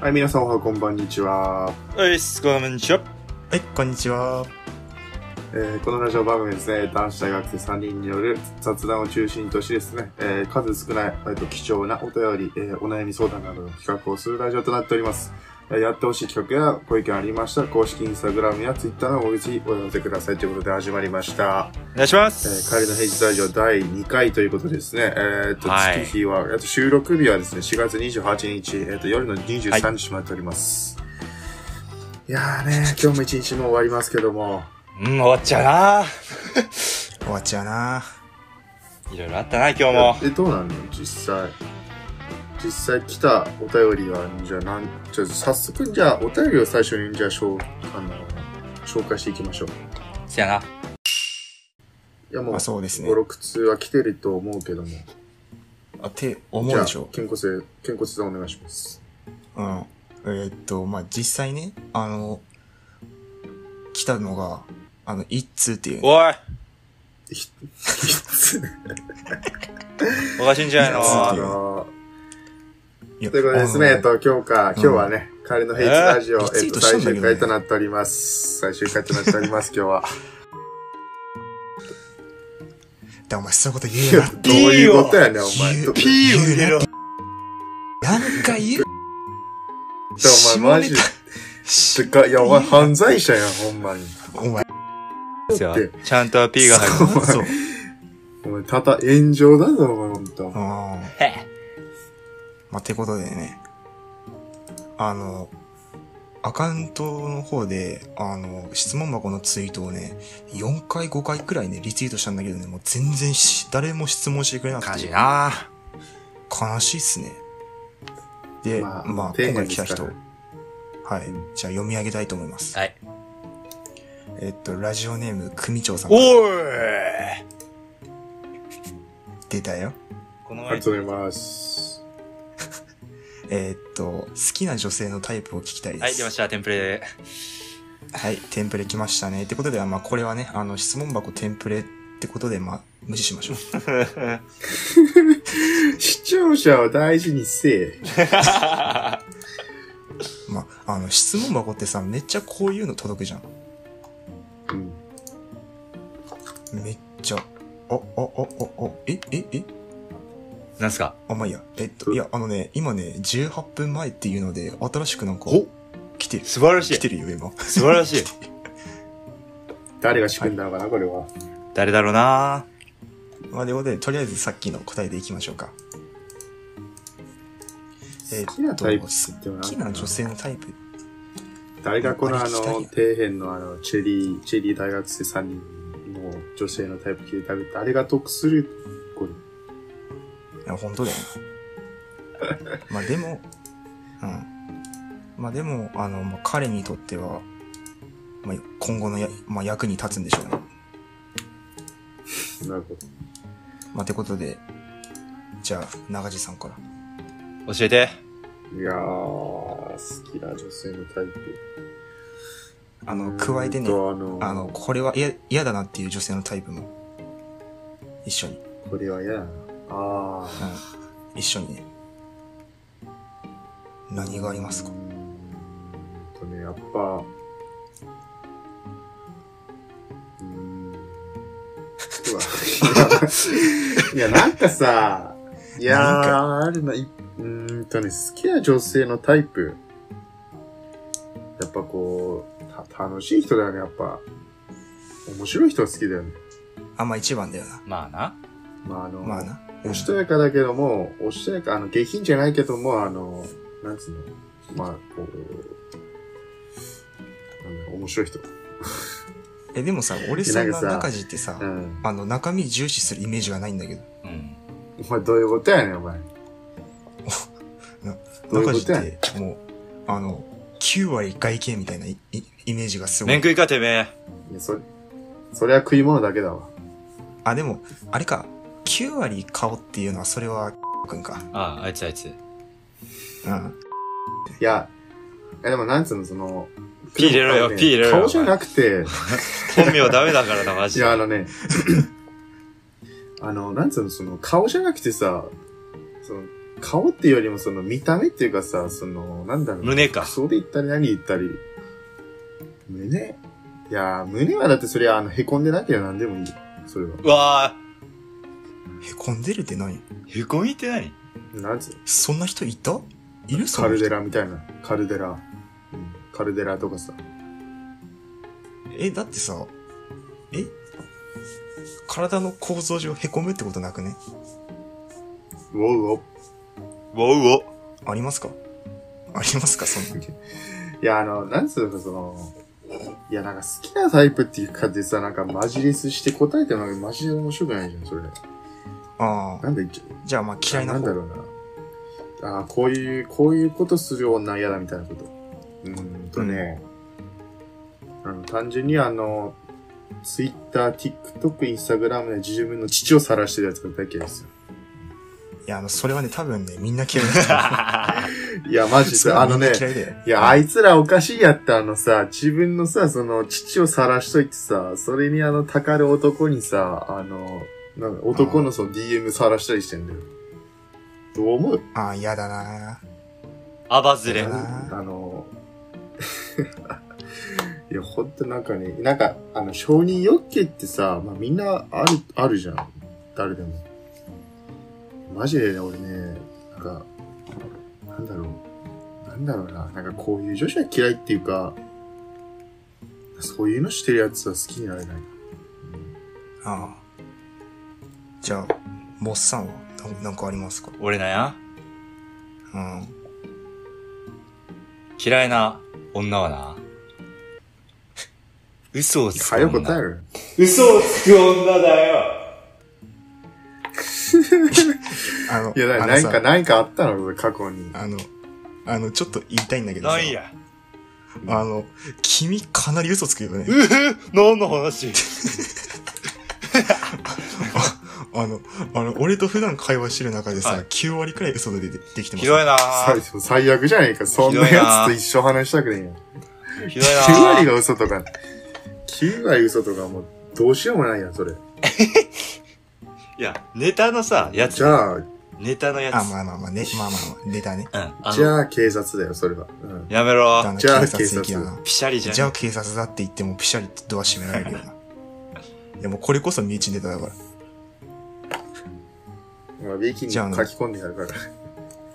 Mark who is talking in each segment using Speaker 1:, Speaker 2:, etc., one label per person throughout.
Speaker 1: はい、皆さんおはこんばんにちは。
Speaker 2: はい、すこんにちは。
Speaker 3: はい、こんにちは。
Speaker 1: えーこのラジオ番組ですね、男子大学生3人による雑談を中心としてですね、えー数少ない、えーと貴重なお便り、えーお悩み相談などの企画をするラジオとなっております。えーやってほしい企画やご意見ありましたら、公式インスタグラムやツイッターのお口お寄せくださいということで始まりました。
Speaker 2: お願いしま
Speaker 1: えー
Speaker 2: す。
Speaker 1: 帰りの平日ラジオ第2回ということですね、えーと、
Speaker 2: はい
Speaker 1: 月日は、えーと収録日はですね、4月28日、えーと、夜の23時となっております。い、やーね、今日も一日もう終わりますけども、
Speaker 2: うん、終わっちゃう
Speaker 3: 終わっちゃうな。
Speaker 2: な。いろいろあったな、今日も。
Speaker 1: え、どうなんの実際。実際来たお便りは、じゃあ、なん、じゃあ、早速、じゃあ、お便りを最初に、じゃあ、紹あの、紹介していきましょう。
Speaker 2: せやな。
Speaker 1: いや、もう、
Speaker 3: まあそうですね
Speaker 1: 5、。6通は来てると思うけども。
Speaker 3: あ、って思うでしょ。
Speaker 1: 健康性、健康さんお願いし ます。
Speaker 3: うん。えーっと、まあ、実際ね、あの、来たのが、あの、一通っていう。
Speaker 2: おい、
Speaker 1: あ
Speaker 2: おかしいんじゃないの
Speaker 3: い や
Speaker 2: は
Speaker 1: の
Speaker 3: いや
Speaker 1: ということでですね、えっ、と、今日か、今日はね、カエルのヘイツラジオ、
Speaker 3: え
Speaker 1: え
Speaker 3: ー
Speaker 1: っ、
Speaker 3: リツイー
Speaker 1: と、
Speaker 3: トした
Speaker 1: 最
Speaker 3: ん
Speaker 1: 終
Speaker 3: だけどね
Speaker 1: 回となっております。最終回となっており ます、今日は。
Speaker 3: で、お前そういうこと言うな。
Speaker 1: どういうことやねん、お前。
Speaker 3: 言
Speaker 1: ど
Speaker 3: う
Speaker 1: う
Speaker 2: ピーを入れろ。
Speaker 3: なんか言う。
Speaker 1: お前、マジで。
Speaker 3: 下
Speaker 1: て
Speaker 3: ネ
Speaker 1: か、いや、お前犯罪者やん、ほんまに。
Speaker 3: タお前、
Speaker 2: ですよちゃんと P が入 る。
Speaker 1: お前
Speaker 3: そう。
Speaker 1: お前、ただ炎上だぞ、お前、ほんと
Speaker 3: うん。。まあ、てことでね、あの、アカウントの方で、あの、質問箱のツイートをね、4回5回くらいね、リツイートしたんだけどね、もう全然し、誰も質問してくれなくて。
Speaker 2: おかしいな。
Speaker 3: 悲しいっすね。で、
Speaker 1: ま
Speaker 3: ま
Speaker 1: あ
Speaker 3: あ、
Speaker 1: 丁
Speaker 3: 今
Speaker 1: 寧
Speaker 3: 回
Speaker 1: で
Speaker 3: 来
Speaker 1: す
Speaker 3: た
Speaker 1: から
Speaker 3: 人。はい。じゃあ読み上げたいと思います。
Speaker 2: はい。
Speaker 3: えっと、ラジオネーム、組長さん。
Speaker 2: おい
Speaker 3: 出たよ。
Speaker 2: この
Speaker 1: あり
Speaker 2: 前
Speaker 1: が、とうございます。
Speaker 3: えっと、好きな女性のタイプを聞きたいです。
Speaker 2: はい、出ました、テンプレ。
Speaker 3: はい、テンプレ来ましたね。ってことでは、まあ、これはね、あの、質問箱テンプレってことで、まあ、無視しましょう。
Speaker 1: 視聴者を大事にせえ。
Speaker 3: まあ、あの、質問箱ってさ、めっちゃこういうの届くじゃん。
Speaker 1: うん。
Speaker 3: めっちゃ。お、お、お、お、お、え、え、え
Speaker 2: なんすか
Speaker 3: あ、まあ、いいや。えっと、いや、あのね、今ね、18分前っていうので、新しくなんか
Speaker 2: お、
Speaker 3: 来てる。
Speaker 2: 素晴らしい
Speaker 3: 来。てるよ、今。
Speaker 2: 素晴らしい。
Speaker 1: 誰が仕組んだのかな、これは。
Speaker 2: 誰だろうな。
Speaker 3: まあ、ということで、とりあえずさっきの答えでいきましょうか。えっ
Speaker 1: 好きな
Speaker 3: と、
Speaker 1: タイプ
Speaker 3: 好
Speaker 1: ってなんだ
Speaker 3: きな女性のタイプ。
Speaker 1: 誰がこの、あの、
Speaker 3: あれ聞き
Speaker 1: 底
Speaker 3: た
Speaker 1: 辺の、あの、チェリー、チェリー大学生3人の女性のタイプ聞いたら、誰が得するこれ。
Speaker 3: いや、本当だよな。 まあでも、うん。まあでも、あの、まあ、彼にとっては、まあ、今後のや、まあ、役に立つんでしょうね。
Speaker 1: なるほど。
Speaker 3: まあ、てことで、じゃあ、長地さんから。
Speaker 2: 教えて。
Speaker 1: いやー、好きな女性のタイプ。
Speaker 3: あ
Speaker 1: うー
Speaker 3: の、
Speaker 1: ん
Speaker 3: 加えてね、
Speaker 1: とあの、
Speaker 3: あの、これは嫌嫌だなっていう女性のタイプも、一緒に、うん、
Speaker 1: これは嫌だな。あー。
Speaker 3: 一緒にね。何がありますか
Speaker 1: うーんとね、やっぱ、うーん。うわい や、なんかさ、いや
Speaker 3: なん
Speaker 1: ー、あるな、いうーんとね、好きな女性のタイプ。やっぱこう、た楽しい人だよね、やっぱ。面白い人は好きだよね。
Speaker 3: あ、まあ一番だよな。
Speaker 2: まあな。
Speaker 1: まあ、あの、
Speaker 3: まあな。
Speaker 1: おしとやかだけども、おしとやか、あの、下品じゃないけども、あの、なんつうの、まあ、こう、なんだ面白い人。
Speaker 3: え、でもさ、俺
Speaker 1: いや
Speaker 3: そん
Speaker 1: なんか
Speaker 3: な
Speaker 1: さ
Speaker 3: 中地ってさ、
Speaker 1: うん。
Speaker 3: あの、中身重視するイメージがないんだけど。
Speaker 2: うん。
Speaker 1: お前、どういうことやねん、お前。どういう
Speaker 3: 中
Speaker 1: こ
Speaker 3: 地っ
Speaker 1: とやね
Speaker 3: て、もう、あの、9割外見みたいないいイメージがすご
Speaker 2: 面
Speaker 3: い。
Speaker 2: 食いか、てめ
Speaker 1: ん。いやそれ、それは食い物だけだわ。
Speaker 3: あ、でも、あれか、9割顔っていうのは、それは、くんか
Speaker 2: え。。ああ、あいつあいつ。
Speaker 3: うん。
Speaker 1: いや、いやでも、なんつうの、その、
Speaker 2: ピー入れろよ
Speaker 1: あのね
Speaker 2: ピー入れろよ
Speaker 1: 顔じゃなくて、
Speaker 2: 本名ダメだからな、マ
Speaker 1: い
Speaker 2: ジで。
Speaker 1: や、あ
Speaker 2: は
Speaker 1: のね、 あの、なんつうの、その、顔じゃなくてさ、その、顔っていうよりも、その、見た目っていうかさ、その、なんだろう。
Speaker 2: 胸か
Speaker 1: そうで言ったり何言ったり。胸いやー、胸はだってそれは、あの、凹んでなきゃ何でもいい。それは。
Speaker 2: うわ
Speaker 3: へこんでるって何
Speaker 2: ぁ、へこみって何
Speaker 1: なんつうの
Speaker 3: そんな人いたいるそ
Speaker 1: カ
Speaker 3: んな
Speaker 1: ル
Speaker 3: 人
Speaker 1: デラみたいな。カルデラ。うん、カルデラとかさ。
Speaker 3: え、だってさ、え体の構造上へこむってことなくね
Speaker 1: ウォウウォ
Speaker 2: ウォウウォ。
Speaker 3: ありますかありますかそん な。
Speaker 1: いや、あの、なんつうのか、その、いや、なんか好きなタイプっていう感じでさ、なんかマジレスして答えてもなんかマジで面白くないじゃん、それ。
Speaker 3: ああ。
Speaker 1: なんで言っちゃ
Speaker 3: じゃあまあ嫌いな
Speaker 1: なんだ
Speaker 3: 方。
Speaker 1: ろうな。ああ、こういう、こういうことする女嫌だみたいなこと。うーんとね、あの、単純にあの、ツイッター、TikTok、インスタグラムで自分の父を晒してるやつが大嫌いですよ。
Speaker 3: いや、あの、それはね、多分ね、みんな嫌い だ。
Speaker 1: いや、マジ
Speaker 3: そ
Speaker 1: で、
Speaker 3: れは
Speaker 1: あ
Speaker 3: み
Speaker 1: の
Speaker 3: んな
Speaker 1: ね、
Speaker 3: 嫌いだよ。
Speaker 1: いや、あいつらおかしいやって、あのさ、自分のさ、その、父を晒しといてさ、それにあの、たかる男にさ、あの、なんか男のその DM 晒したりしてんだよ。どう思う
Speaker 3: ああ、嫌だな
Speaker 2: アバズレ。
Speaker 3: ー
Speaker 1: あの、 いや、ほんとなんかね、なんか、あの、承認欲求ってさ、まあ、みんなある、あるじゃん。誰でも。マジでね、俺ね、なんか、なんだろう。なんだろうな。なんかこういう女子は嫌いっていうか、そういうのしてるやつは好きになれない。
Speaker 3: ああ。じゃあ、モッサンはなんなんかありますか
Speaker 2: 俺なや。
Speaker 3: うん。
Speaker 2: 嫌いな女はな。 嘘をつく
Speaker 1: 早く答え
Speaker 2: 女。
Speaker 1: る。
Speaker 2: 嘘をつく女だよ。
Speaker 3: あの、
Speaker 1: いや、だから
Speaker 3: あの
Speaker 1: 何か、
Speaker 3: さ、
Speaker 1: 何かあったの過去に。
Speaker 3: あの、あの、ちょっと言いたいんだけどさ。
Speaker 2: なんや。
Speaker 3: あの、君かなり嘘つくよね。
Speaker 2: うふ何の話
Speaker 3: あの、あの、俺と普段会話してる中でさ、
Speaker 2: はい
Speaker 3: 9割くらい嘘で出てきてます。
Speaker 2: ひどいな
Speaker 1: 最
Speaker 2: ぁ。
Speaker 1: 初最悪じゃねえか。そんな
Speaker 2: ひどいな
Speaker 1: やつと一生話したくねえよ。
Speaker 2: ひどいな
Speaker 1: 9割
Speaker 2: ぁ。
Speaker 1: が嘘とか、9割嘘とかもうどうしようもないやん、それ。
Speaker 2: いや、ネタのさ、や
Speaker 1: じ
Speaker 2: つ。
Speaker 1: ゃあ、
Speaker 2: ネタのや
Speaker 3: あ、
Speaker 2: つ。
Speaker 3: まあまあまあね、まあまあまあ、出たね。
Speaker 2: うん。あ
Speaker 1: じ
Speaker 2: の、
Speaker 1: ゃあ警察だよ、それは。うん。
Speaker 2: やめろ。
Speaker 3: だな
Speaker 1: じゃあ
Speaker 3: 警察的だな。
Speaker 2: ピシャリじ
Speaker 3: じ
Speaker 2: ゃ
Speaker 3: ゃ
Speaker 2: ん
Speaker 3: あ。警察だって言ってもピシャリとドア閉められる よな。いやもうこれこそ身内ネタだから。
Speaker 1: まあ、ウィキに
Speaker 3: じゃあ
Speaker 1: 書
Speaker 3: ね
Speaker 1: き込んでやるから。
Speaker 3: あ、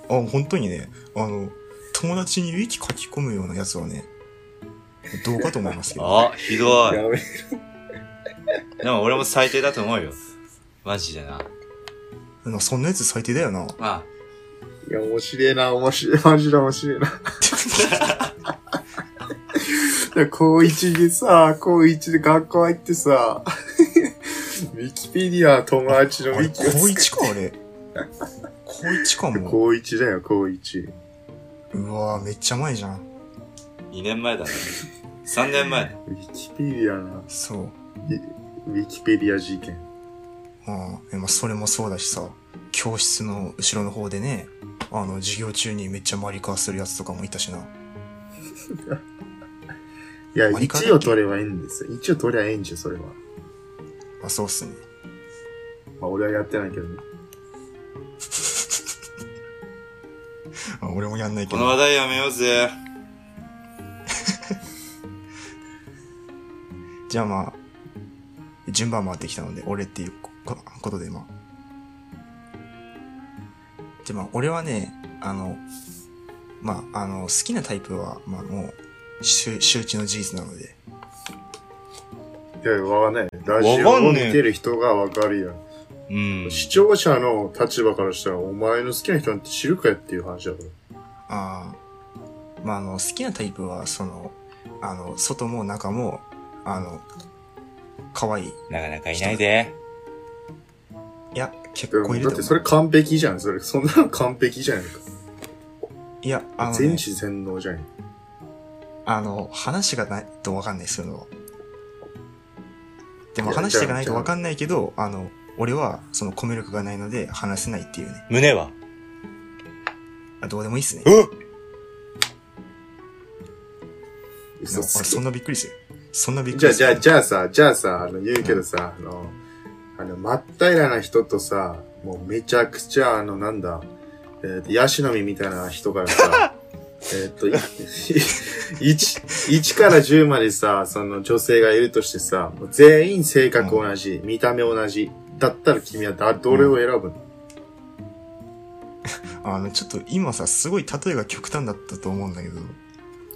Speaker 3: 本当にね、あの、友達にウィキ書き込むようなやつはね、どうかと思います けど。
Speaker 2: あ、ひどい。
Speaker 1: やべ
Speaker 2: でも俺も最低だと思うよ。マジでな。
Speaker 3: なんかそんなやつ最低だよな。
Speaker 2: あ、
Speaker 1: いや、面白いな、面白い、マジで面白い な。で高一にさ、高一で学校入ってさ、 ウィキペディア友達のウ
Speaker 3: あれ、
Speaker 1: ィキを
Speaker 3: 高
Speaker 1: 作っ
Speaker 3: 一か、あれ。高一かも。
Speaker 1: 高一だよ、高一。
Speaker 3: うわぁ、めっちゃ前じゃん。
Speaker 2: 2年前だね。3年前だ。
Speaker 1: ウィキペディアな、
Speaker 3: そう。
Speaker 1: ウィキペディア事件。
Speaker 3: ああ、えまあ、それもそうだしさ、教室の後ろの方でね、あの、授業中にめっちゃマリカーするやつとかもいたしな。
Speaker 1: いや、
Speaker 3: マリカだっけ
Speaker 1: 1を取ればいいんですよ。1を取りゃいいんじゃん、それは。
Speaker 3: あ、そうっすね。
Speaker 1: まあ、俺はやってないけどね。
Speaker 3: あ俺もやんないけ
Speaker 2: こ
Speaker 3: ど
Speaker 2: の。話題やめようぜ。
Speaker 3: じゃあまあ、順番回ってきたので、俺っていうここことでまあ。じゃあまあ、俺はね、あの、まあ、あの、好きなタイプは、まあもう、周周知の事実なので。
Speaker 1: いや、わかんない。ラジオを見てる人がわかるやん。
Speaker 2: うん。
Speaker 1: 視聴者の立場からしたら、お前の好きな人なんて知るかよっていう話だか
Speaker 3: ああ。まあ、あの、好きなタイプは、その、あの、外も中も、あの、可愛い。
Speaker 2: なかなかいないで。
Speaker 3: いや、結
Speaker 1: ら。
Speaker 3: 構い
Speaker 1: だ
Speaker 3: る
Speaker 1: って
Speaker 3: と
Speaker 1: そ
Speaker 3: 思
Speaker 1: れ完璧じゃん。それ、そんなの完璧じゃないか。
Speaker 3: う。いや、あの、
Speaker 1: 全
Speaker 3: ね、
Speaker 1: 知全能じゃん。
Speaker 3: あの、話がないとわかんない、そういうのは。でも
Speaker 1: いや
Speaker 3: 話していかない
Speaker 1: じゃ
Speaker 3: と
Speaker 1: あ
Speaker 3: わかんないけど、あの、俺は、そのコミュ力がないので話せないっていうね。
Speaker 2: 胸は
Speaker 3: あどうでもいいっすね。
Speaker 2: う
Speaker 1: 嘘
Speaker 3: 俺
Speaker 1: つ
Speaker 3: そんなびっくりしてそんなびっく
Speaker 1: じゃあ、
Speaker 3: りして
Speaker 1: じゃあ、じゃあさ、じゃあさ、あの、言うけどさ、あの、あの、真っ平らな人とさ、もうめちゃくちゃ、あの、なんだ、えっ、と、ヤシの実みたいな人から さ、えっと、い1、1から10までさ、その女性がいるとしてさ、もう全員性格同じ、見た目同じ、だったら君はだ、どれを選ぶの、
Speaker 3: あのちょっと今さすごい例えが極端だったと思うんだけど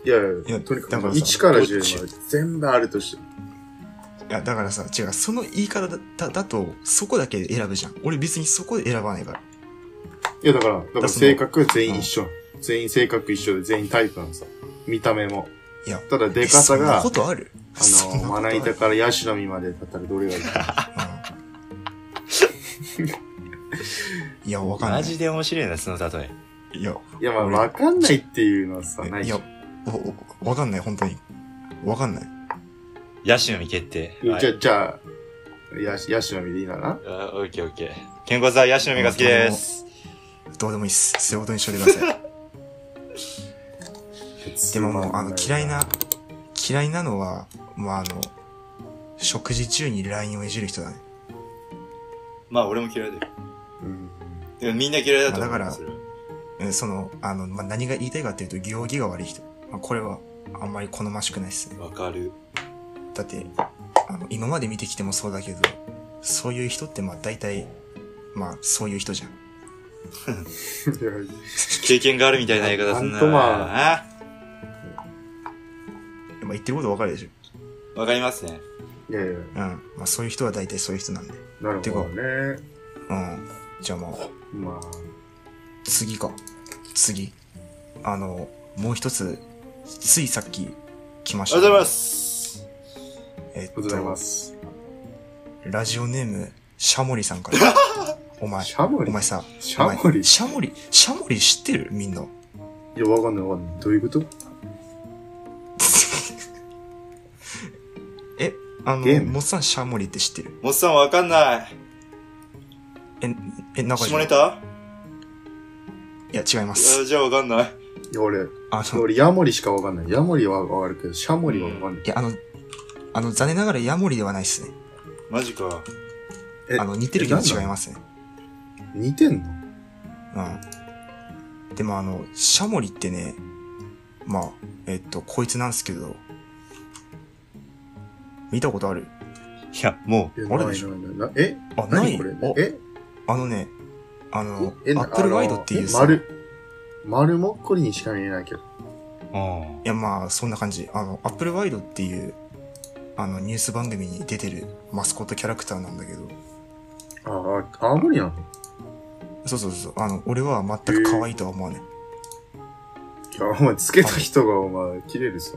Speaker 1: いやいやい
Speaker 3: い
Speaker 1: や、
Speaker 3: や
Speaker 1: とにかく
Speaker 3: だからさ
Speaker 1: 1から
Speaker 2: どっち
Speaker 1: 10まで全部あるとして、
Speaker 3: いやだからさ違うその言い方だだだとそこだけ選ぶじゃん俺別にそこで選ばないから
Speaker 1: いや、だから、だから
Speaker 3: その
Speaker 1: 性格全員一緒。全員性格一緒で全員タイプなのさ。見た目も。
Speaker 3: いや
Speaker 1: ただ
Speaker 3: え
Speaker 1: でかさ
Speaker 3: そんな
Speaker 1: が、あ
Speaker 3: ことあるそんな
Speaker 1: の、
Speaker 3: こと
Speaker 1: ま
Speaker 3: ある
Speaker 1: な板からヤシの実までだったらどれがいい か。
Speaker 3: うんいやわかんな
Speaker 2: マ
Speaker 3: い
Speaker 2: ジで面白いな、その例え。
Speaker 3: いや
Speaker 1: いや、まあ、
Speaker 3: 俺
Speaker 1: わかんないっていうのはさ、ない
Speaker 3: い
Speaker 1: じゃ
Speaker 3: や
Speaker 1: ん。
Speaker 3: おおわかんない本当にわかんない
Speaker 2: ヤシの実決定。
Speaker 1: いや
Speaker 2: はい
Speaker 1: じゃあ、じゃあ、ヤシヤシの実でいいなら
Speaker 2: あオッケーオッケー。健康座、ヤシの実が好きです。
Speaker 3: どうでもいいっすそういうことにしといてくだ さいでももうあの嫌い。な嫌いなのはまああの食事中に LINE をいじる人だね
Speaker 2: まあ、俺も嫌いだよ。
Speaker 1: うん。
Speaker 2: でもみんな嫌いだと思う。
Speaker 3: まあだから
Speaker 2: それは
Speaker 3: うんその、あの、まあ、何が言いたいかっていうと、行儀が悪い人。まあ、これは、あんまり好ましくないですね。
Speaker 2: わかる。
Speaker 3: だって、あの、今まで見てきてもそうだけど、そういう人って、まあ、大体、まあ、そういう人じゃん。
Speaker 1: いや
Speaker 2: 経験があるみたいな言い方すん
Speaker 1: ア
Speaker 2: な。
Speaker 1: ントマ
Speaker 2: あ
Speaker 3: まあ、言ってることわかるでしょ。
Speaker 2: わかりますね。
Speaker 1: いやいや、
Speaker 3: うん。まあ、そういう人は大体そういう人なんで。
Speaker 1: なるほどね。
Speaker 3: うん。じゃあまあ、
Speaker 1: まあ、
Speaker 3: 次か。次。あの、もう一つ、ついさっき、来ま
Speaker 2: あり
Speaker 3: し
Speaker 2: がとうご
Speaker 3: た、
Speaker 2: ざいます。
Speaker 3: えっ
Speaker 1: ございま
Speaker 3: と、
Speaker 1: す。
Speaker 3: ラジオネーム、シャモリさんから。お 前、
Speaker 1: シャモリ
Speaker 3: お前さ、
Speaker 1: シャモリ
Speaker 3: お前シャモリ、シャモリ知ってるみんな。
Speaker 1: いや、わかんないわかんない。どういうこと
Speaker 3: え、あ
Speaker 1: ゲー
Speaker 3: の、
Speaker 1: ム
Speaker 3: モッサンシャモリって知ってる
Speaker 2: もっさんわかんない。
Speaker 3: え、え、中
Speaker 2: 下
Speaker 3: 島
Speaker 2: ネ
Speaker 3: い
Speaker 2: タ
Speaker 3: や、違いま
Speaker 2: あ
Speaker 3: す。
Speaker 2: じゃあわかんない。
Speaker 1: いや、俺、
Speaker 3: あの、
Speaker 1: 俺、ヤモリしかわかんない。ヤモリはわかるけど、シャモリはわかんない。
Speaker 3: いや、あの、あの、残念ながらヤモリではないですね。
Speaker 2: マジか。
Speaker 1: え
Speaker 3: あの、似てるけど違いますね。
Speaker 1: 似てんの
Speaker 3: うん。でもあの、シャモリってね、まあ、えっと、こいつなんですけど、見たことある
Speaker 2: いや、も
Speaker 1: え
Speaker 3: あれでしょ
Speaker 1: ないないないえ
Speaker 3: あ、ない
Speaker 1: 何これ
Speaker 3: あ
Speaker 1: え
Speaker 3: あのね、あの、
Speaker 1: え
Speaker 3: アップルワイドっていう
Speaker 1: あ
Speaker 3: さ、
Speaker 1: のえ
Speaker 3: い
Speaker 1: 丸、丸もっこりにしか見えないけど。
Speaker 2: う。うん。
Speaker 3: やまあ、そんな感じ。あの、アップルワイドっていう、あの、ニュース番組に出てるマスコットキャラクターなんだけど、
Speaker 1: ああ、青森なの
Speaker 3: そうそうそう。あの、俺は全く可愛いとは思わない。
Speaker 1: いや、お前、つけた人が、お前、切れるさ。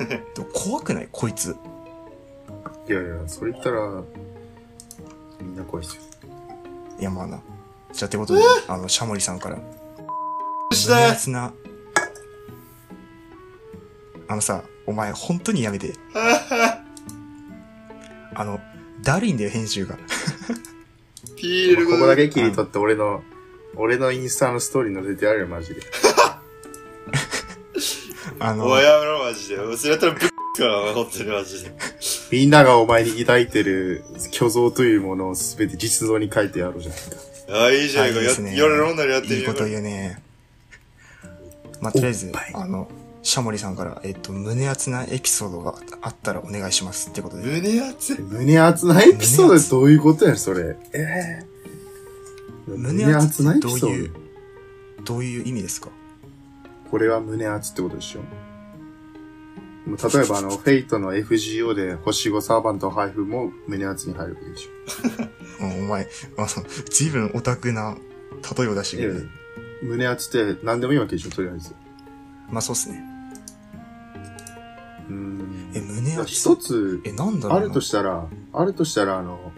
Speaker 3: でも怖くないこいつ。
Speaker 1: いやいや、それ言ったら、みんな怖いっすよ。
Speaker 3: いや、まあな。じゃあ、ってことで、あの、シャモリさんから。
Speaker 2: し
Speaker 3: 胸
Speaker 2: て
Speaker 3: 熱な。あのさ、お前、本当にや めて。あの、ダリンだよ、編集が。
Speaker 2: ピール
Speaker 1: ここだけ切り取って、俺の、俺のインスタのストーリー載せてやるよ、マジで。
Speaker 3: あの、
Speaker 2: おいやめろ、マジで。それやったらぶっから、本当にマジで。
Speaker 1: みんながお前に抱いてる虚像というものをすべて実像に書いてやろうじゃないか。
Speaker 2: ああ、いいじゃないか。
Speaker 3: あいい
Speaker 2: やっ
Speaker 3: ですね
Speaker 2: 夜飲んだらやって
Speaker 3: い
Speaker 2: み
Speaker 3: い
Speaker 2: よ
Speaker 3: こ
Speaker 2: う。
Speaker 3: と言うね。まあ、とりあえず
Speaker 1: おっぱい、
Speaker 3: あの、シャモリさんから、えっと、胸熱なエピソードがあったらお願いします。ってことで。
Speaker 2: 胸熱い。
Speaker 1: 胸熱なエピソードってどういうことや、それ。ええ
Speaker 3: 胸熱
Speaker 1: 胸
Speaker 3: っ
Speaker 1: 熱
Speaker 3: て
Speaker 1: なエ
Speaker 3: ど
Speaker 1: ピ
Speaker 3: う
Speaker 1: ソード
Speaker 3: いう、どういう意味ですか
Speaker 1: これは胸熱ってことでしょもう例えばあの、フェイトの FGO で星5サーバント配布も胸熱に入るわけでし
Speaker 3: うんお前、あの、随分オタクな例えを出してくれ
Speaker 1: ょ
Speaker 3: る。。
Speaker 1: 胸熱って何でもいいわけでしょとりあえず。
Speaker 3: まあそうっすね。
Speaker 1: うーん
Speaker 3: え、。胸熱。
Speaker 1: 一つ、
Speaker 3: え、なんだろう
Speaker 1: あ
Speaker 3: な
Speaker 1: るとしたら、あるとしたらあの、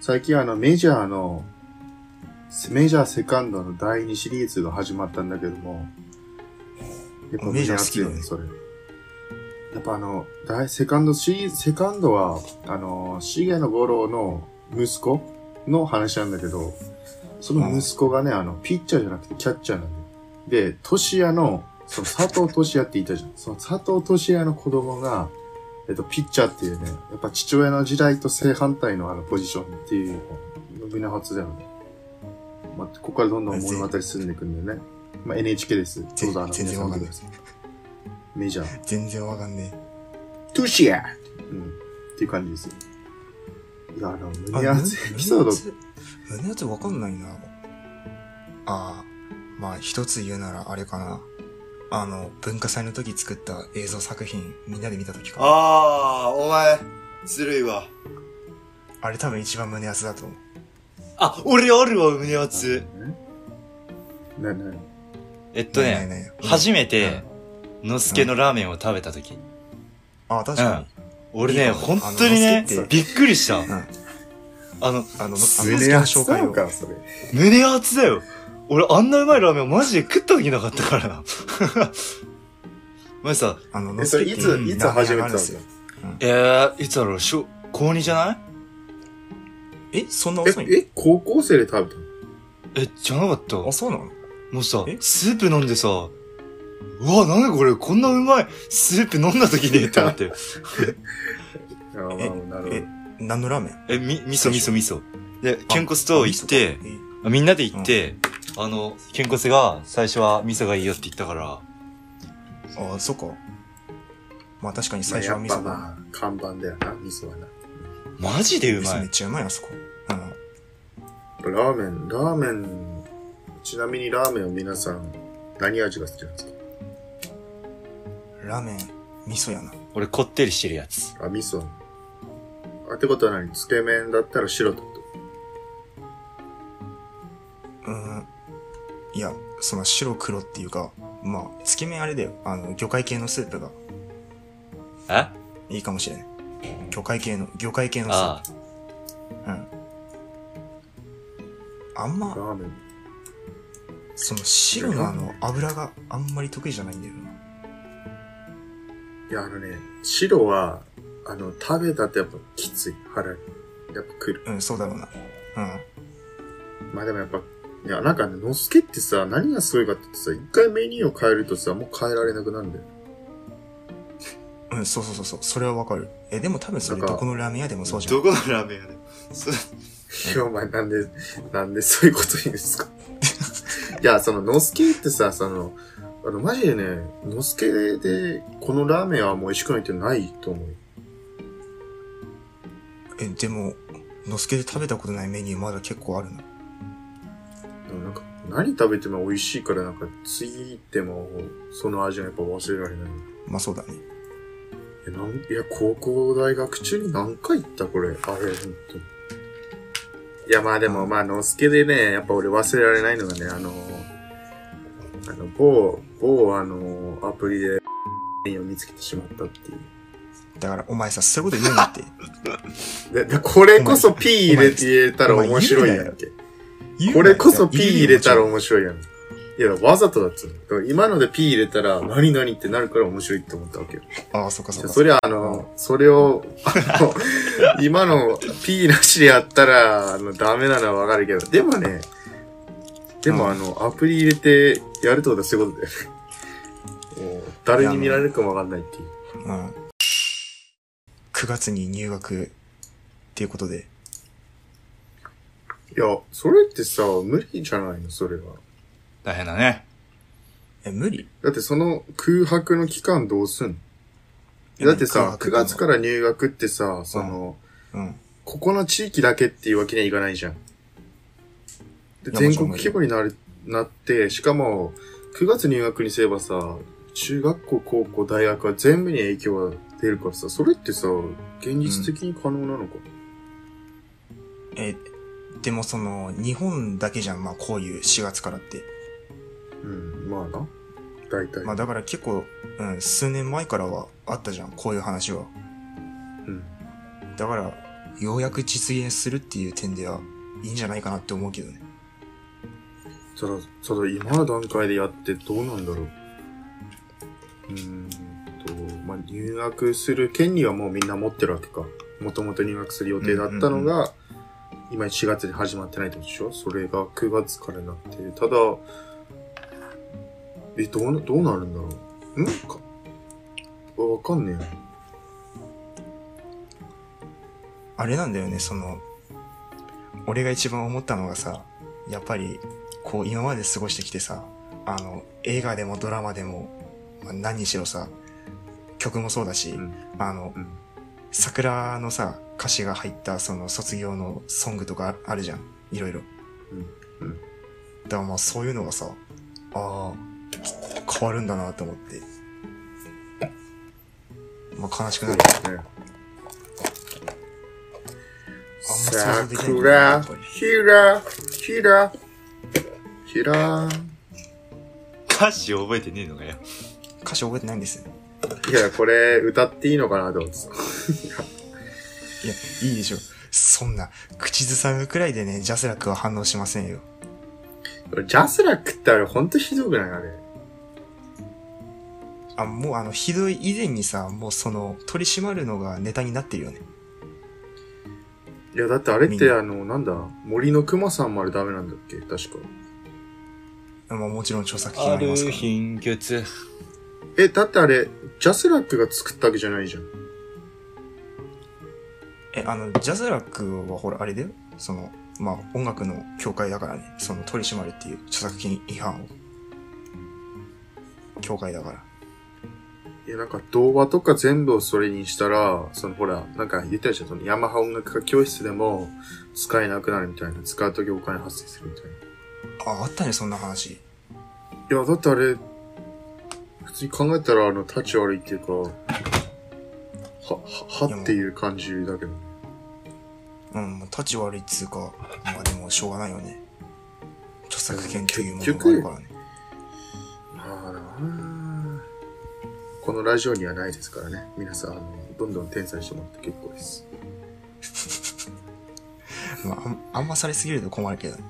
Speaker 1: 最近あの、メジャーの、メジャーセカンドの第2シリーズが始まったんだけども、やっぱ
Speaker 3: メジ
Speaker 1: 胸
Speaker 3: ャー好き
Speaker 1: 熱
Speaker 3: だ
Speaker 1: よ
Speaker 3: よね
Speaker 1: ね、それ。やっぱあの、大セカンドシリーズ、セカンドは、あの、重野五郎の息子の話なんだけど、その息子がね、あの、ピッチャーじゃなくてキャッチャーなんで。で、トシヤのその佐藤俊也っていたじゃん。その佐藤俊也の子供が、えっと、ピッチャーっていうね、やっぱ父親の時代と正反対のあのポジションっていう、伸びの初だよね。まあ、ここからどんどん物語進んでいくんだよね。まあ、NHK です。
Speaker 3: ぜ
Speaker 1: どうぞあの
Speaker 3: 全然
Speaker 1: 皆さ
Speaker 3: わ
Speaker 1: 見て
Speaker 3: かんない
Speaker 1: ください。メジャー。
Speaker 3: 全然わかんね
Speaker 1: トゥシアうん。っていう感じですよ。いや、あの、
Speaker 3: え。
Speaker 1: 胸熱エピソード。
Speaker 3: ド。胸熱わかんないな。ああ、まあ一つ言うならあれかな。あの、文化祭の時作った映像作品、みんなで見た時か。あ
Speaker 2: ああ、お前、ずるいわ。
Speaker 3: あれ多分一番胸熱だと思う。
Speaker 2: あ、俺あるわ、胸熱。
Speaker 1: ねね
Speaker 2: えっと
Speaker 3: ない
Speaker 2: ね、
Speaker 3: ないない
Speaker 2: 初めて、のすけのラーメンを食べた時。
Speaker 3: ああ、確
Speaker 2: う
Speaker 3: か
Speaker 2: ん
Speaker 3: に。。
Speaker 2: 俺
Speaker 3: いい
Speaker 2: ね、
Speaker 3: よ
Speaker 2: 本当にね
Speaker 3: あののすけっ、て
Speaker 2: びっくりした
Speaker 3: ん。
Speaker 2: あの、
Speaker 3: あの、あの、
Speaker 1: 胸熱
Speaker 3: 紹
Speaker 1: な
Speaker 3: 介
Speaker 1: の
Speaker 3: を。
Speaker 1: か、それ。
Speaker 2: 胸熱だよ。俺あんなうまいラーメンをマジで食った時なかったから な。前さ、
Speaker 3: あの、
Speaker 1: え、それいつ、いつ始めてたんです
Speaker 3: す
Speaker 1: よ。
Speaker 2: えー、いつだろう、小、高2じゃない
Speaker 3: え、そんな遅いの
Speaker 1: え、え、高校生で食べたの
Speaker 2: え、じゃなかった。
Speaker 3: あ、そうなの
Speaker 2: もうさ
Speaker 3: え、
Speaker 2: スープ飲んでさ、うわ、なんだこれ、こんなうまいスープ飲んだ時 にって思って。
Speaker 1: あーまあ、なるほ
Speaker 3: え、何のラーメン
Speaker 2: え、み、味噌味噌味噌。で、ケンコス
Speaker 3: あ
Speaker 2: と
Speaker 3: 味
Speaker 2: 行
Speaker 3: 噌
Speaker 2: っ
Speaker 3: か
Speaker 2: て、
Speaker 3: え
Speaker 2: みんなで行って、あの、ケンコスが最初は味噌がいいよって言ったから、
Speaker 3: あ、そっか。まあ確かに
Speaker 1: ど。まあ
Speaker 3: 最初
Speaker 1: や
Speaker 3: は
Speaker 1: っ
Speaker 3: 味
Speaker 1: ぱ
Speaker 3: 噌
Speaker 1: ま
Speaker 3: だ。
Speaker 1: あ、看板だよな、味噌はな。
Speaker 2: マジでう
Speaker 3: 味
Speaker 2: ま
Speaker 3: 噌めっ
Speaker 2: い。
Speaker 3: ちゃうまい、あそこ。うん。
Speaker 1: ラーメン、ラーメン、ちなみにラーメンは皆さん、何味が好きなんですか
Speaker 3: ラーメン、味噌やな。
Speaker 2: 俺こってりしてるやつ。
Speaker 1: あ、味噌。あ、ってことは何つけ麺だったら白ってこと
Speaker 3: うん。いや、その白黒っていうか、まあ、つけ麺あれだよ。あの、魚介系のスープが
Speaker 2: え
Speaker 3: いいかもしれない。魚介系の、魚介系のスー
Speaker 2: ああ。
Speaker 3: プ。うん。あんま、
Speaker 1: ラーメン。
Speaker 3: その白のあの、油があんまり得意じゃないんだよな。
Speaker 1: いや、あのね、白は、あの、食べたってやっぱきつい、腹に。やっぱ来る。
Speaker 3: うん、そうだろうな。うん。
Speaker 1: まあでもやっぱ、いや、なんかね、のすけってさ、何がすごいかってさ、一回メニューを変えるとさ、もう変えられなくなるんだよ。
Speaker 3: うん、そうそうそうそう、それはわかる。え、でも多分それ
Speaker 1: なんか
Speaker 3: どこのラーメン屋でもそうじゃん。
Speaker 2: どこのラーメン屋でそ
Speaker 1: い や、お前なんで、なんでそういうこと言うんですか いや、その、のすけってさ、その、あの、マジでね、のすけで、このラーメンはもう美味しくないってないと思うよ。
Speaker 3: え、でも、のすけで食べたことないメニューまだ結構あるな。
Speaker 1: でもなんか、何食べても美味しいから、なんか、次行っても、その味はやっぱ忘れられない。
Speaker 3: まあそうだね。
Speaker 1: えなんいや、高校大学中に何回行ったこれ。あれ、ほんとに。いや、まあでも、まあ、のすけでね、やっぱ俺忘れられないのがね、あの、あの、某、某、あの、アプリで、を見つけてしまったっていう。
Speaker 3: だからお前さ、そういうこと言う なって。
Speaker 1: で、でこれこそ P 入れて入れたら面白いやんけ。
Speaker 3: 言うな
Speaker 1: これこそ P
Speaker 3: いや
Speaker 1: 入れたら面白いやん。いや、わざとだっつうのだから今ので P 入れたら、何々ってなるから面白いって思ったわけよ。
Speaker 3: ああ、そっかそっか。
Speaker 1: そりゃ、あの、それを、あの、 今の P なしでやったら、あの、ダメなのはわかるけど、でもね、で
Speaker 3: う
Speaker 1: も
Speaker 3: ん
Speaker 1: あの、アプリ入れてやるってことはそういうことだよね。もう誰に見られるかもわかんないっていう。
Speaker 3: うん。9月に入学っていうことで。
Speaker 1: いや、それってさ、無理じゃないの、それは。
Speaker 2: 大変だね。
Speaker 3: え、無理。
Speaker 1: だってその空白の期間どうすんのだってさ、9月からら入学ってさ、その、
Speaker 3: うん。
Speaker 1: ここの地域だけっていうわけにはいかないじゃん。で
Speaker 3: いやも
Speaker 1: 全
Speaker 3: ちろん
Speaker 1: 国規模になる、なって、しかも、9月入学にすればさ、中学校、高校、大学は全部に影響が出るからさ、それってさ、現実的に可能なのか、
Speaker 3: え、でもその、日本だけじゃん、まあこういう4月からって。
Speaker 1: うん、まあな。大体。
Speaker 3: まあだから結構、うん、数年前からはあったじゃん、こういう話は。
Speaker 1: うん。
Speaker 3: だから、ようやく実現するっていう点では、いいんじゃないかなって思うけどね。
Speaker 1: ただ、ただ今の段階でやってどうなんだろう。うーんと、まあ、入学する権利はもうみんな持ってるわけか。もともと入学する予定だったの
Speaker 3: うんう
Speaker 1: が、今4月で始まってないってことでしょそれが9月からになって。ただ、え、どうな、どうなるんだろう。んか、わかんねえ。
Speaker 3: あれなんだよね、その、俺が一番思ったのがさ、やっぱり、こう今まで過ごしてきてさ、あの、映画でもドラマでも、まあ、何にしろさ、曲もそうだし、
Speaker 1: うん
Speaker 3: あの、
Speaker 1: うん
Speaker 3: 桜のさ、歌詞が入ったその卒業のソングとかああるじゃん。いろいろ。
Speaker 1: うんうん
Speaker 3: だからまあそういうのがさ、ああ、変わるんだなと思って。まあ悲しくなる。想像できないんだよ
Speaker 1: 桜
Speaker 3: やっぱり、
Speaker 1: ひら、ひら、ひら。
Speaker 2: 歌詞覚えてねえのかよ。
Speaker 3: 歌詞覚えてないんですよ。
Speaker 1: いや、これ、歌っていいのかなと思ってた。
Speaker 3: いや、いいでしょ。そんな、口ずさむくらいでね、ジャスラックは反応しませんよ。
Speaker 1: ジャスラックってあれ、ほんとひどくないあれ。
Speaker 3: あ、もうあの、ひどい以前にさ、もうその、取り締まるのがネタになってるよね。
Speaker 1: いや、だってあれっ
Speaker 3: みん
Speaker 1: て、
Speaker 3: な
Speaker 1: あの、なんだ森の熊さんまでダメなんだっけ確か。
Speaker 3: まあもちろん著作権ありますから。
Speaker 2: 貧血。
Speaker 1: え、だってあれ、ジャスラックが作ったわけじゃないじゃん。
Speaker 3: え、あの、ジャスラックはほら、あれだよ。その、まあ音楽の協会だからね、その取り締まるっていう著作権違反を。協会だから。
Speaker 1: いや、なんか動画とか全部をそれにしたら、そのほら、なんか言ったでしょ、そのヤマハ音楽家教室でも使えなくなるみたいな、使うときお金発生するみたいな。
Speaker 3: あ、あったね、そんな話。
Speaker 1: いや、だってあれ、普通に考えたら、あの、立ち悪いっていうか、は、は、
Speaker 3: いや
Speaker 1: は
Speaker 3: もう
Speaker 1: っていう感じだけどね。
Speaker 3: うん、もう立ち悪いっつうか、まあでもしょうがないよね。著作権というも
Speaker 1: 結
Speaker 3: のがあ
Speaker 1: 局
Speaker 3: るからね。
Speaker 1: まあなあこのラジオにはないですからね。皆さん、あの、どんどん転載してもらって結構です。
Speaker 3: まああん、あんまされすぎると困るけど。
Speaker 1: あの、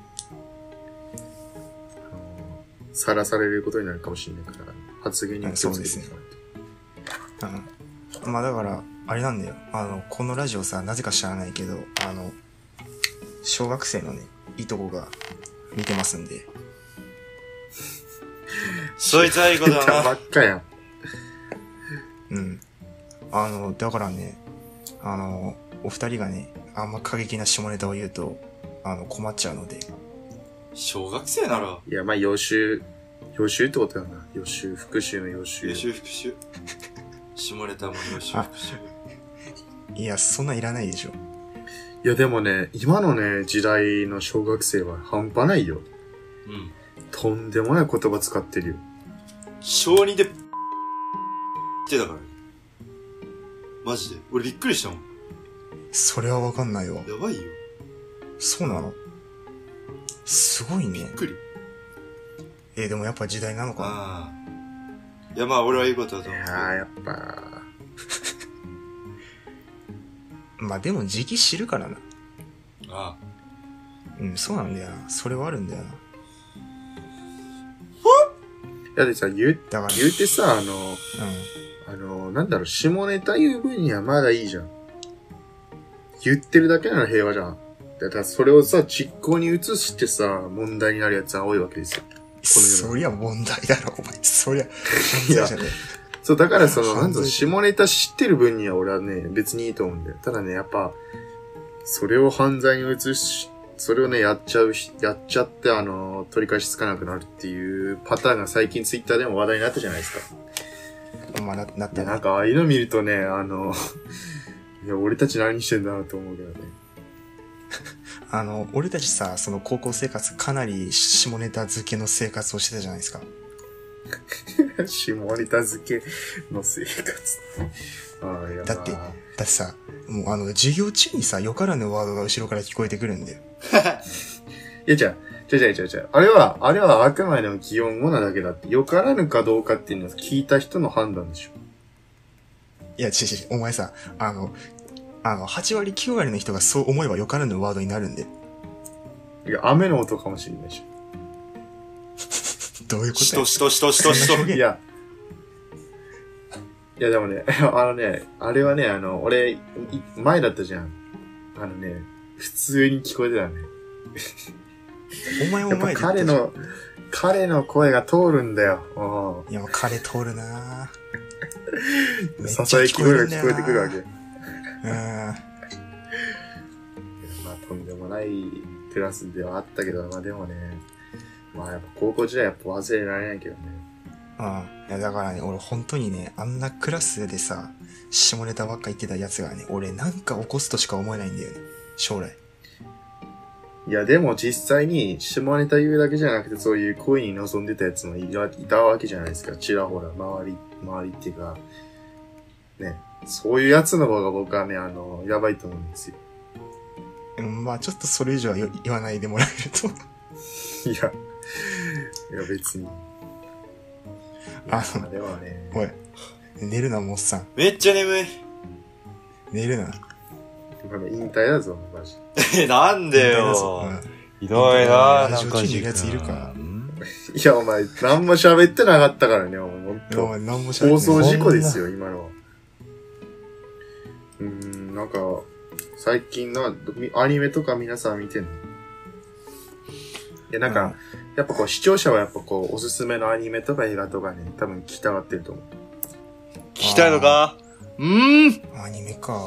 Speaker 1: さらされることになるかもしれないから、発言には気をつけて
Speaker 3: そうです
Speaker 1: ね。
Speaker 3: うん。まあだから、あれなんだよ。あの、このラジオさ、なぜか知らないけど、あの、小学生のね、いとこが見てますんで。
Speaker 2: そいつはいい子
Speaker 1: 言 った
Speaker 2: だ
Speaker 1: ば
Speaker 2: な。
Speaker 1: っかやん。
Speaker 3: うん。あの、だからね、あの、お二人がね、あんま過激な下ネタを言うと、あの、困っちゃうので。
Speaker 2: 小学生なら、
Speaker 1: いや、まあ、予習、予習ってことやな。予習、復習の予習。
Speaker 2: 予習復習。下ネタも予習復習。
Speaker 3: いや、そんなんいらないでしょ。
Speaker 1: いや、でもね、今のね、時代の小学生は半端ないよ。
Speaker 2: うん。
Speaker 1: とんでもない言葉使ってるよ。
Speaker 2: 小2で、ってだからね。マジで。俺びっくりしたもん。
Speaker 3: それはわかんないわ。
Speaker 2: やばいよ。
Speaker 3: そうなのすごいね
Speaker 2: びっ。くり。
Speaker 3: えーでもやっぱ時代なのかな。
Speaker 2: ああ。いや、まあ俺はいいことだと
Speaker 1: い
Speaker 2: 思
Speaker 1: や
Speaker 2: うけど。
Speaker 1: ー、やっぱ、
Speaker 3: まあでも時期知るからな。
Speaker 2: あ
Speaker 3: うん、そうなんだよな。それはあるんだよな。
Speaker 1: だってさ、言う、
Speaker 3: だから、
Speaker 1: 言うてさ、あの、
Speaker 3: う
Speaker 1: あの、なんだろう、下ネタ言う分にはまだいいじゃん。言ってるだけなら平和じゃん。だからそれをさ、実行に移してさ、問題になるやつは多いわけですよ。
Speaker 3: ん。そりゃ問題だろ、お前。そりゃ、
Speaker 1: いや
Speaker 3: 犯罪者だよ
Speaker 1: そう、だからその、なんだろ
Speaker 3: 犯
Speaker 1: う、
Speaker 3: 罪者
Speaker 1: 下ネタ知ってる分には俺はね、別にいいと思うんだよ。ただね、やっぱ、それを犯罪に移し、それをね、やっちゃうひ、やっちゃって、あの、取り返しつかなくなるっていうパターンが最近ツイッターでも話題になったじゃないですか。
Speaker 3: まあ、ななっ
Speaker 1: いや、
Speaker 3: た
Speaker 1: なん
Speaker 3: な。
Speaker 1: かああいうの見るとね、あの、 いや、俺たち何してんだろうと思うけどね。
Speaker 3: あの、俺たちさ、その高校生活、かなり下ネタ漬けの生活をしてたじゃないですか。
Speaker 1: 下ネタ漬けの生活。ああ、いや、
Speaker 3: だって
Speaker 1: まあ
Speaker 3: だってさ、もうあの、授業中にさ、よからぬワードが後ろから聞こえてくるんだよ。
Speaker 1: いや、じゃじゃじゃじゃじゃあれは、あれはあくまでも擬音語なだけだって、よからぬかどうかっていうのは聞いた人の判断でしょ。
Speaker 3: いや、ちち、お前さ、あの、あの、8割9割の人がそう思えばよからぬワードになるんで。
Speaker 1: いや、雨の音かもしれないでし
Speaker 3: どういうこ
Speaker 2: し
Speaker 3: と
Speaker 2: としとしとしとし と
Speaker 1: ょ。。いや。いや、でもね、 あのね、あれはね、あの、俺、い前だったじゃん。あのね、普通に聞こえてたね。
Speaker 3: お前
Speaker 1: や
Speaker 3: も
Speaker 1: っぱ
Speaker 3: 前で言った
Speaker 1: 彼
Speaker 3: じゃん。
Speaker 1: の、彼の声が通るんだよ。
Speaker 3: いや、彼通るな ぁ
Speaker 1: う
Speaker 3: め
Speaker 1: ん。
Speaker 3: っちゃ
Speaker 1: ささやき声が聞こえてくるわけ。
Speaker 3: 聞
Speaker 1: いや
Speaker 3: こえてくるわけ。
Speaker 1: まあ、とんでもないクラスではあったけど、まあでもね、まあやっぱ高校時代やっぱ忘れられないけどね。
Speaker 3: うん。うん。いや、だからね、俺本当にね、あんなクラスでさ、下ネタばっか言ってたやつがね、俺なんか起こすとしか思えないんだよね。将来。
Speaker 1: いや、でも実際に、下ネタ言うだけじゃなくて、そういう恋に望んでたやつもいらいたわけじゃないですか。ちらほら、周り、周りっていうか、ね、そういうやつの方が僕はね、あの、やばいと思うんですよ。
Speaker 3: うん、まあちょっとそれ以上はよ言わないでもらえると。
Speaker 1: いや、いや別に。
Speaker 3: あ
Speaker 1: まあでもね、
Speaker 3: おい。寝るな、もっさん。
Speaker 2: めっちゃ眠い。
Speaker 3: 寝るな。
Speaker 1: まだ引退だぞ、マジ。
Speaker 2: え、なんで
Speaker 3: 寝るぞ
Speaker 2: よ。
Speaker 3: うん
Speaker 2: ひどいな
Speaker 3: ラジオ
Speaker 2: 中
Speaker 3: 聞いてるやついるか
Speaker 2: うん
Speaker 1: いや、お前、何も喋ってなかったからね、お前、ほん
Speaker 3: お
Speaker 1: と。
Speaker 3: 前何もしゃべ
Speaker 1: 放
Speaker 3: ってな
Speaker 1: 送事
Speaker 3: い。
Speaker 1: 故ですよ、今のは。うーん、なんか、最近のみアニメとか皆さん見てんのいや、なんか、やっぱこう、視聴者はやっぱこう、おすすめのアニメとか映画とかね、多分聞きたがってると思う。
Speaker 2: 聞きたいのかうーん。
Speaker 3: アニメか。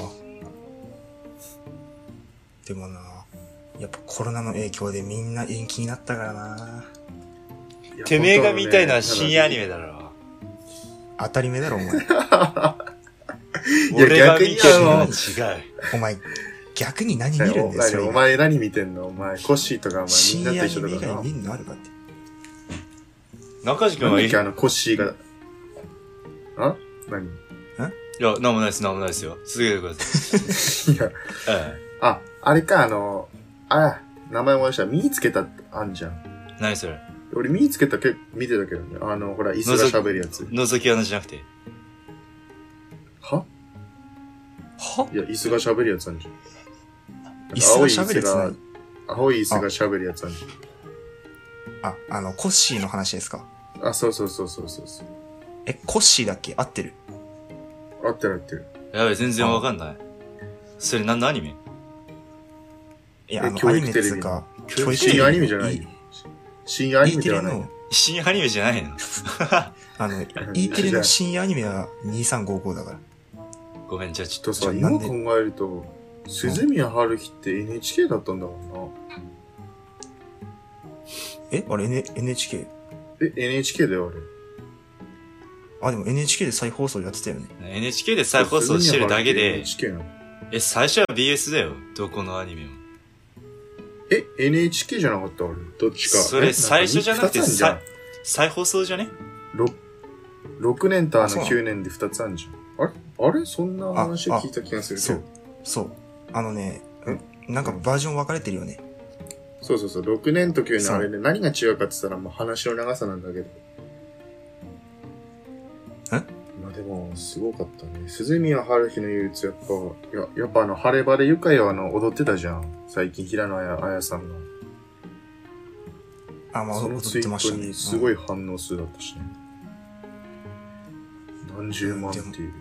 Speaker 3: でもな、やっぱコロナの影響でみんな延期になったからな。
Speaker 1: いや
Speaker 2: てめえが見たいのは
Speaker 1: 本当ね
Speaker 2: 深夜アニメだろ。
Speaker 3: 当たり前だろ、お前。
Speaker 1: いや
Speaker 2: 俺が見てるのは違
Speaker 3: 逆
Speaker 2: う。
Speaker 3: お前、逆に何見
Speaker 1: なんか
Speaker 3: るん
Speaker 1: お
Speaker 3: だよ、それ
Speaker 1: 何お
Speaker 3: 今。
Speaker 1: 前何見てんのお前、コッシーとかお前み
Speaker 3: 深
Speaker 1: んな
Speaker 3: 夜ア
Speaker 1: と一緒
Speaker 3: ニメ以
Speaker 1: だから
Speaker 3: 外
Speaker 1: な。
Speaker 3: 見んのあるかって。
Speaker 2: 中地君
Speaker 1: なん
Speaker 2: は
Speaker 1: だ
Speaker 2: い
Speaker 1: っ
Speaker 2: い
Speaker 1: け、あの、コッシーが。あ何
Speaker 2: いや、なんもないです、なんもないですよ。続けてくださ
Speaker 1: いや、
Speaker 2: い。
Speaker 1: あ、あれか、あの、あ、名前思い出した。見つけたってあんじゃん。
Speaker 2: うん。何それ
Speaker 1: 俺見つけた結構見てたけどね。あの、ほら、椅子が喋るやつ。
Speaker 2: 覗き穴じゃなくて。
Speaker 1: は
Speaker 2: はい
Speaker 1: や、椅子が喋るやつあんじゃん。
Speaker 3: 椅子が喋るやつない
Speaker 1: 青い椅子が喋るやつあんじ
Speaker 3: あ、あの、コッシーの話ですか。
Speaker 1: ゃん。あ、そうそうそうそうそうそう。
Speaker 3: え、コッシーだっけ合ってる。
Speaker 1: 合ってる合ってる。
Speaker 2: やべえ、全然わかんない。それ何のアニメ
Speaker 3: いや、
Speaker 1: え
Speaker 3: あの、
Speaker 1: 教
Speaker 3: ア
Speaker 1: 育
Speaker 3: ニメっつうか、教育テ
Speaker 1: 深
Speaker 3: レビ
Speaker 1: 夜アニメじゃないよ。深夜アニ
Speaker 3: E
Speaker 1: メ
Speaker 3: テ
Speaker 1: で
Speaker 3: レ
Speaker 1: はない
Speaker 3: の。、
Speaker 2: 新アニメじゃないの
Speaker 3: あの、E テレの深夜アニメは2355だから。
Speaker 2: ごめん、じゃあちょ
Speaker 1: と
Speaker 2: っ
Speaker 1: さ、
Speaker 3: じゃあな
Speaker 1: 今
Speaker 3: んで
Speaker 1: 考えると、鈴宮春日って NHK だったんだも
Speaker 3: えあれ、N、NHK?
Speaker 1: んな。え、NHK だよ、あれ。
Speaker 3: あ、でも NHK で再放送やってたよね。
Speaker 2: と NHK で再放送してるだけで、
Speaker 1: 鈴宮春日って NHK なの
Speaker 2: え、最初は BS だよ。どこのアニメも。
Speaker 1: え、NHK じゃなかったあれ。どっちか。
Speaker 2: それ
Speaker 1: え
Speaker 2: 最初じゃなくて
Speaker 1: 二つあんじゃん
Speaker 2: さ。再放送じゃね
Speaker 1: ろ6年とあ
Speaker 3: あそう
Speaker 1: の
Speaker 3: なの
Speaker 1: 9年で2つあんじゃん。あれあれそんな話
Speaker 3: ああ
Speaker 1: 聞いた気がするけ
Speaker 3: そ
Speaker 1: ど
Speaker 3: う。。そう。あのね、なんかバージョン分かれてるよね。
Speaker 1: そうそうそう。6年と9年
Speaker 3: そう
Speaker 1: あれね、何が違うかって言ったらもう話の長さなんだけど。
Speaker 3: え
Speaker 1: まあでも、すごかったね。鈴宮春日の憂鬱、やっぱ、ややっぱあの、晴れ晴れ愉快はあの、踊ってたじゃん。最近、平野綾綾さんが。
Speaker 3: あ、まあ、
Speaker 1: そ
Speaker 3: 踊
Speaker 1: の
Speaker 3: っ
Speaker 1: ツイ
Speaker 3: てま
Speaker 1: ー
Speaker 3: し
Speaker 1: ト
Speaker 3: たね。
Speaker 1: にすご
Speaker 3: い。
Speaker 1: い反応数だったしね。何十万っていう。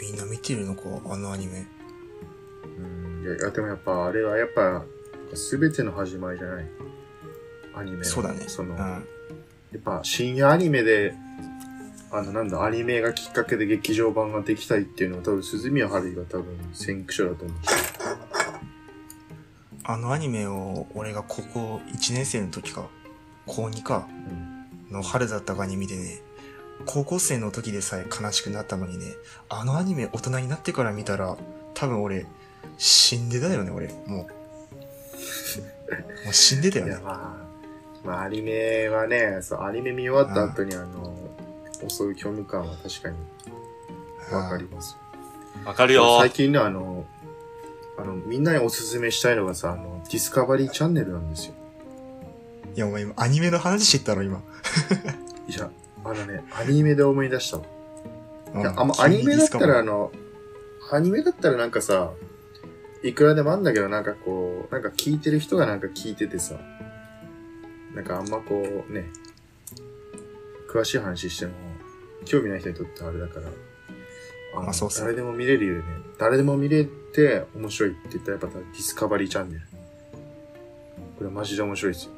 Speaker 3: みんな見てるのか、あのアニメ。
Speaker 1: うんいや、いやでもやっぱ、あれはやっぱ、すべての始まりじゃない。アニメの。
Speaker 3: そうだね。
Speaker 1: その、
Speaker 3: う
Speaker 1: や
Speaker 3: ん。
Speaker 1: っぱ深夜アニメで、あの、なんだ、アニメがきっかけで劇場版ができたいっていうのは多分、鈴宮春日が多分、先駆者だと思う。
Speaker 3: あのアニメを、俺が高校1年生の時か、高2か、
Speaker 1: うん
Speaker 3: の春だったかに見てね、高校生の時でさえ悲しくなったのにね、あのアニメ大人になってから見たら、多分俺、死んでたよね、俺。 もう。もう死んでたよ
Speaker 1: い
Speaker 3: ね
Speaker 1: や、。まあ、まあ、アニメはね、そう、アニメ見終わった後に、あの、襲う虚無感は確かにわかります。
Speaker 2: わかるよ
Speaker 1: 最。近ね、あの、あの、みんなにおすすめしたいのがさ、あの、ディスカバリーチャンネルなんですよ。
Speaker 3: いや、お前今、アニメの話してたろ、今。
Speaker 1: いや、あのね、アニメで思い出したわ。
Speaker 3: うん
Speaker 1: いやあまアニメだったらあ
Speaker 3: 急にディスカバリー
Speaker 1: の、アニメだったらなんかさ、いくらでもあんだけど、なんかこう、なんか聞いてる人がなんか聞いててさ、なんかあんまこうね、詳しい話しても、興味ない人にとってあれだから、あの
Speaker 3: まあそうっすね
Speaker 1: 誰でも見れるよね。誰でも見れて面白いって言ったらやっぱディスカバリーチャンネル。これマジで面白いですよ。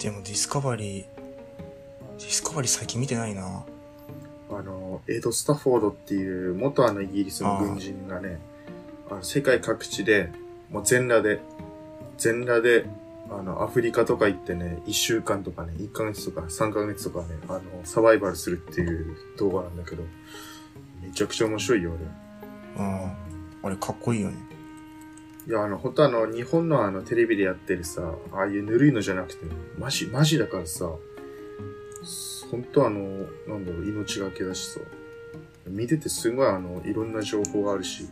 Speaker 3: でもディスカバリー、ディスカバリー最近見てないな。
Speaker 1: あの、エイド・スタフォードっていう元あのイギリスの軍人がね、あの世界各地で、もう全裸で、全裸で、あの、アフリカとか行ってね、1週間とかね、1ヶ月とか3ヶ月とかね、あの、サバイバルするっていう動画なんだけど、めちゃくちゃ面白いよ、あれ。
Speaker 3: うん。あれかっこいいよね。
Speaker 1: いや、あの、ほんとあの、日本のあの、テレビでやってるさ、ああいうぬるいのじゃなくて、マジ、マジだからさ、ほんとあの、なんだろう、命がけだしさ、見ててすごいあの、いろんな情報があるし、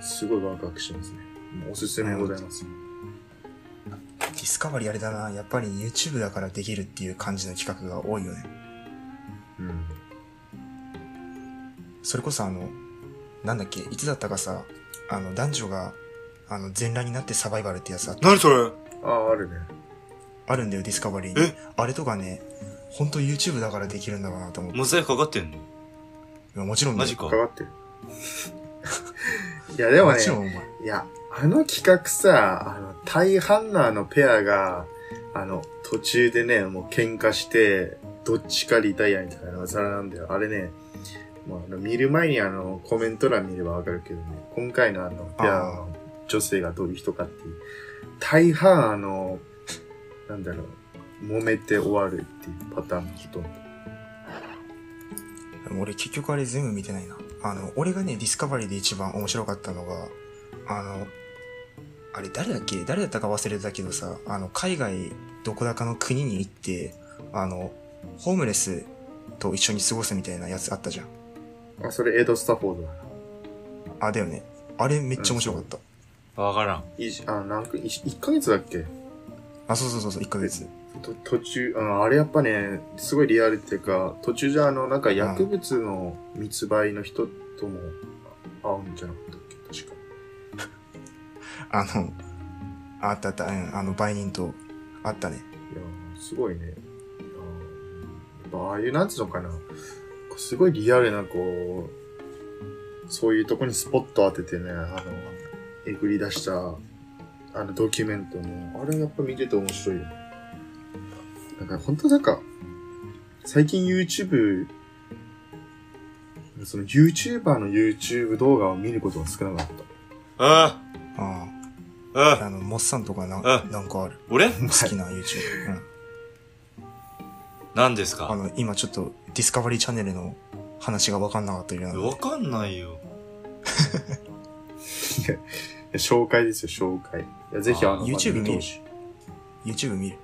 Speaker 1: すごいワクワクしますね。もうおすすめございます。
Speaker 3: ディスカバリーあれだな。やっぱり YouTube だからできるっていう感じの企画が多いよね。
Speaker 1: うん。
Speaker 3: それこそあの、なんだっけ、いつだったかさ、あの、男女が、あの、全裸になってサバイバルってやつあった
Speaker 2: 何それ
Speaker 1: ああ、あるね。
Speaker 3: あるんだよ、ディスカバリーに
Speaker 2: え。
Speaker 3: あれとかね、ほんと YouTube だからできるんだろうなと思って。い
Speaker 2: モザイクかかってんの
Speaker 3: やもちろんだ
Speaker 2: マ
Speaker 3: よ
Speaker 2: ジか
Speaker 1: か。かってる。 いや、でも
Speaker 3: も
Speaker 1: ね
Speaker 3: ち、ろんお前。
Speaker 1: いや、あの企画さ、あの、大半のあのペアが、あの、途中でね、もう喧嘩して、どっちかリタイアみたいなザラなんだよ。あれね、まあ、あの、見る前にあの、コメント欄見ればわかるけどね、今回のあの、ペアの女性がどういう人かっていう、大半あの、なんだろう、揉めて終わるっていうパターンの人。
Speaker 3: 俺結局あれ全部見てないな。あの、俺がね、ディスカバリーで一番面白かったのが、あの、あれ誰だっけ誰だったか忘れたけどさ、あの、海外どこだかの国に行って、あの、ホームレスと一緒に過ごすみたいなやつあったじゃん。
Speaker 1: あ、それエイド・スタフォードだな。
Speaker 3: あ、だよね。あれめっちゃ面白かった。
Speaker 2: わからん。
Speaker 1: いじあ、なんか、い1ヶ月だっけ
Speaker 3: あ、そうそうそうそう、1ヶ月。
Speaker 1: と途中あ、あれやっぱね、すごいリアルっていうか、途中じゃあの、なんか薬物の密売の人とも会うんじゃなかったっけ確か。
Speaker 3: あの、あったあった、うん、あの、売人と、あったね。
Speaker 1: いやーすごいね。いやーやっぱああいう、なんつうのかな。こうすごいリアルな、こう、そういうとこにスポット当ててね、あの、えぐり出した、あの、ドキュメントも、あれやっぱ見てて面白いよね。なんか、本当なんか、最近 YouTube、その YouTuber の YouTube 動画を見ることが少なかった。
Speaker 2: あ
Speaker 3: あ
Speaker 2: あ、あ
Speaker 3: あ、
Speaker 2: あ、
Speaker 3: あの、モッサンとかな、
Speaker 2: う
Speaker 3: なんかある。
Speaker 2: 俺
Speaker 3: 好きな YouTube。うん。
Speaker 2: 何です
Speaker 3: あ
Speaker 2: か
Speaker 3: の、今ちょっとディスカバリーチャンネルの話が分かんなかったようなの
Speaker 2: わ
Speaker 3: で。
Speaker 2: かんないよ。
Speaker 1: 紹介ですよ、紹介。いや、ぜひあの、
Speaker 3: YouTube 見る
Speaker 1: 見てほしい
Speaker 3: YouTube 見る。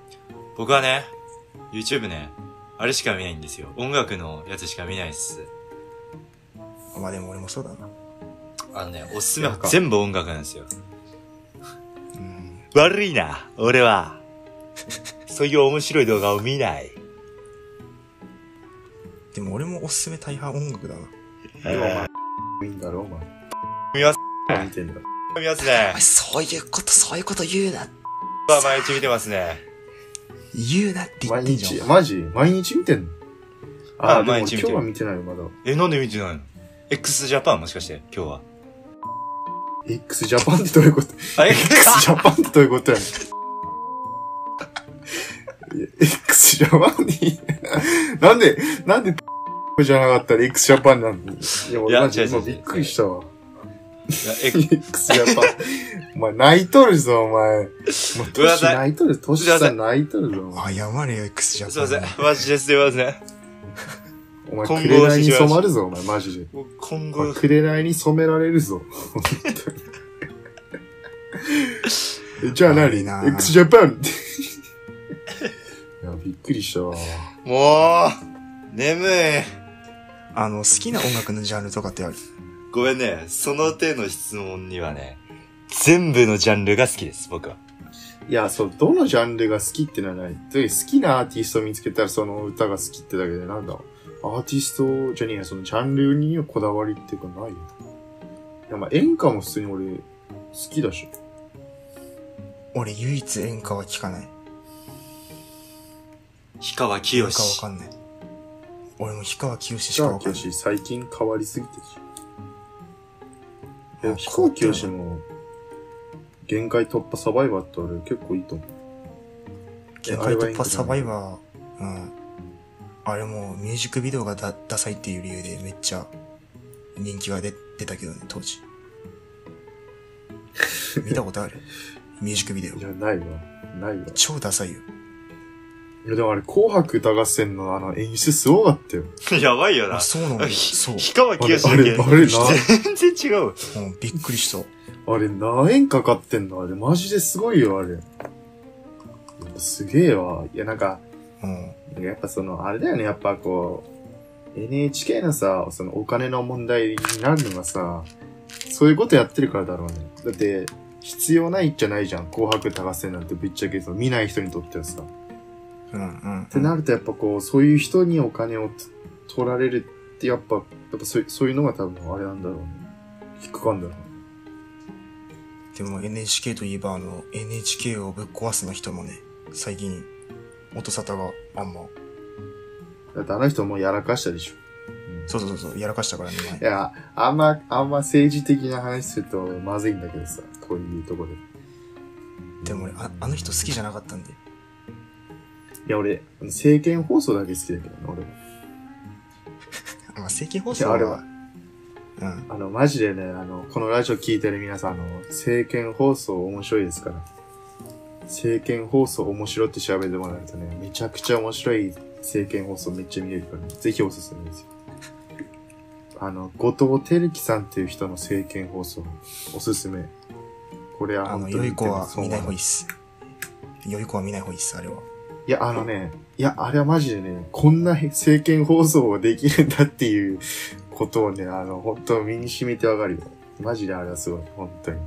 Speaker 2: 僕はね、YouTube ね、あれしか見ないんですよ。音楽のやつしか見ないっす。
Speaker 3: まあでも俺もそうだな。
Speaker 2: あのね、おすすめは全部音楽なんですよ。
Speaker 3: うん。
Speaker 2: 悪いな、俺は。 そういう面白い動画を見ない。
Speaker 3: でも俺もおすすめ大半音楽だな。
Speaker 1: でもお前、いいんだろ、お前。
Speaker 2: 見ます
Speaker 1: 見てんだろ。
Speaker 2: 見ますね。
Speaker 3: そういうこと、そういうこと言うな。
Speaker 2: は毎日見てますね。
Speaker 3: 言うなって言っ
Speaker 1: 毎
Speaker 3: てんじ
Speaker 1: 日、
Speaker 3: ゃん。
Speaker 1: マジ毎日見てんのあ
Speaker 2: あ
Speaker 1: あ、でも俺
Speaker 2: 毎日見て
Speaker 1: 今
Speaker 2: る
Speaker 1: 日は見てないよ、まだ。
Speaker 2: え、なんで見てないの ?X ジャパンもしかして、今日は。
Speaker 1: X ジャパンってどういうこと
Speaker 2: あ、
Speaker 1: ?X ジャパンってどういうことやねん。いや X ジャパンに、なんで、なんで、じゃなかったら X ジャパンなんのいや、
Speaker 2: い
Speaker 1: 俺
Speaker 2: や
Speaker 1: マジ
Speaker 2: 違う違う
Speaker 1: 今
Speaker 2: 違う
Speaker 1: びっくりしたわ。
Speaker 2: X
Speaker 1: X ジャパン。お前、泣いとるぞ、お前。もう、ト
Speaker 2: うわ
Speaker 1: シ泣いとる、トシ
Speaker 2: うわ
Speaker 1: さん泣いとるぞ、お前。
Speaker 3: 謝れよ、X ジャ
Speaker 2: すい
Speaker 3: パ
Speaker 2: ま
Speaker 3: ン
Speaker 2: せ。ん。マジですいません。
Speaker 1: お前、
Speaker 2: 混合
Speaker 1: 紅
Speaker 2: して
Speaker 1: に
Speaker 2: しまいました
Speaker 1: 染まるぞ、お前、マジで。
Speaker 2: もう今
Speaker 1: お前
Speaker 2: 後、
Speaker 1: 紅に染められる ぞ。えじゃあ
Speaker 3: 悪
Speaker 1: 何
Speaker 3: いな
Speaker 1: ?X ジャパン って。いや、びっくりしたわ。
Speaker 2: もう、眠い。
Speaker 3: あの、好きな音楽のジャンルとかってある。
Speaker 2: ごめんね。その手の質問にはね、全部のジャンルが好きです、僕は。
Speaker 1: いや、そう、どのジャンルが好きってのはない。とにかく好きなアーティストを見つけたらその歌が好きってだけで、なんだアーティストじゃねえや、そのジャンルにはこだわりっていうかないよ。いや、まあ演歌も普通に俺、好きだし。
Speaker 3: 俺唯一演歌は聴かない。
Speaker 2: 氷川き
Speaker 3: 演
Speaker 2: よ
Speaker 3: 歌わ
Speaker 2: し
Speaker 3: か。んない。俺も氷川きよしし
Speaker 1: ヒ
Speaker 3: か
Speaker 1: カ
Speaker 3: わ
Speaker 1: キ
Speaker 3: かん
Speaker 1: ヨ
Speaker 3: ない。
Speaker 1: シ最近変わりすぎてるし。
Speaker 3: あ
Speaker 1: え、ヒカキヨシも、現限界突破サバイバーって俺結構いいと思う。
Speaker 3: 限界突破サバイバー、うん。あれもうミュージックビデオがだダサいっていう理由でめっちゃ人気が出出たけどね、当 時。見たことあるミュージックビデオ
Speaker 1: い。や、ないわ。ないわ。
Speaker 3: 超ダサいよ。
Speaker 1: いや、でもあれ、紅白歌合戦のあの演出すごかったよ。
Speaker 2: やばいよな
Speaker 3: あ、。そうなのよ。
Speaker 2: ひ
Speaker 3: そう。
Speaker 2: 氷川
Speaker 1: あ
Speaker 2: き
Speaker 1: れ、
Speaker 2: よし
Speaker 1: あ
Speaker 2: だけ
Speaker 1: れ、あれな、
Speaker 2: 全然違うわ。
Speaker 3: うん、びっくりした。
Speaker 1: あれ何円かかってんのあれ、マジですごいよ、あれ。すげえわ。いや、なんか、
Speaker 3: うん。
Speaker 1: やっぱその、あれだよね、やっぱこう、NHK のさ、そのお金の問題になるのがさ、そういうことやってるからだろうね。だって、必要ないっちゃないじゃん。紅白歌合戦なんてぶっちゃけその見ない人にとってはさ。
Speaker 3: うん、うん。
Speaker 1: ってなるとやっぱこう、そういう人にお金をと取られるって、やっぱ、やっぱそうそういうのが多分あれなんだろうね。引っかかんだろうね。
Speaker 3: でも NHK といえばあの、NHK をぶっ壊すの人もね、最近、音沙汰があんま、
Speaker 1: だってあの人もうやらかしたでしょ。
Speaker 3: そうそうそうそう、やらかしたからね、前
Speaker 1: いや、あんま、あんま政治的な話するとまずいんだけどさ、こういうとこで。
Speaker 3: でも俺あ、あの人好きじゃなかったんで。
Speaker 1: いや、俺、政見放送だけ好きだけどね、俺は。
Speaker 3: まあ、政見放
Speaker 1: い
Speaker 3: 送
Speaker 1: や、あれは。、
Speaker 3: うん。
Speaker 1: あの、マジでね、あの、このラジオ聞いてる皆さん、あの、政見放送面白いですから。政見放送面白いって調べてもらえるとね、めちゃくちゃ面白い政見放送めっちゃ見れるから、ね、ぜひおすすめですよ。あの、後藤輝樹さんっていう人の政見放送、おすすめ。これは
Speaker 3: あの、
Speaker 1: 本当
Speaker 3: 良
Speaker 1: に
Speaker 3: い子は見ない
Speaker 1: い
Speaker 3: 方がいいっす。良い子は見ない方がいいっす、あれは。
Speaker 1: いや、あのね、いや、あれはマジでね、こんな政見放送ができるんだっていうことをね、あの、本当身に染みてわかるよ。マジであれはすごい、本当に。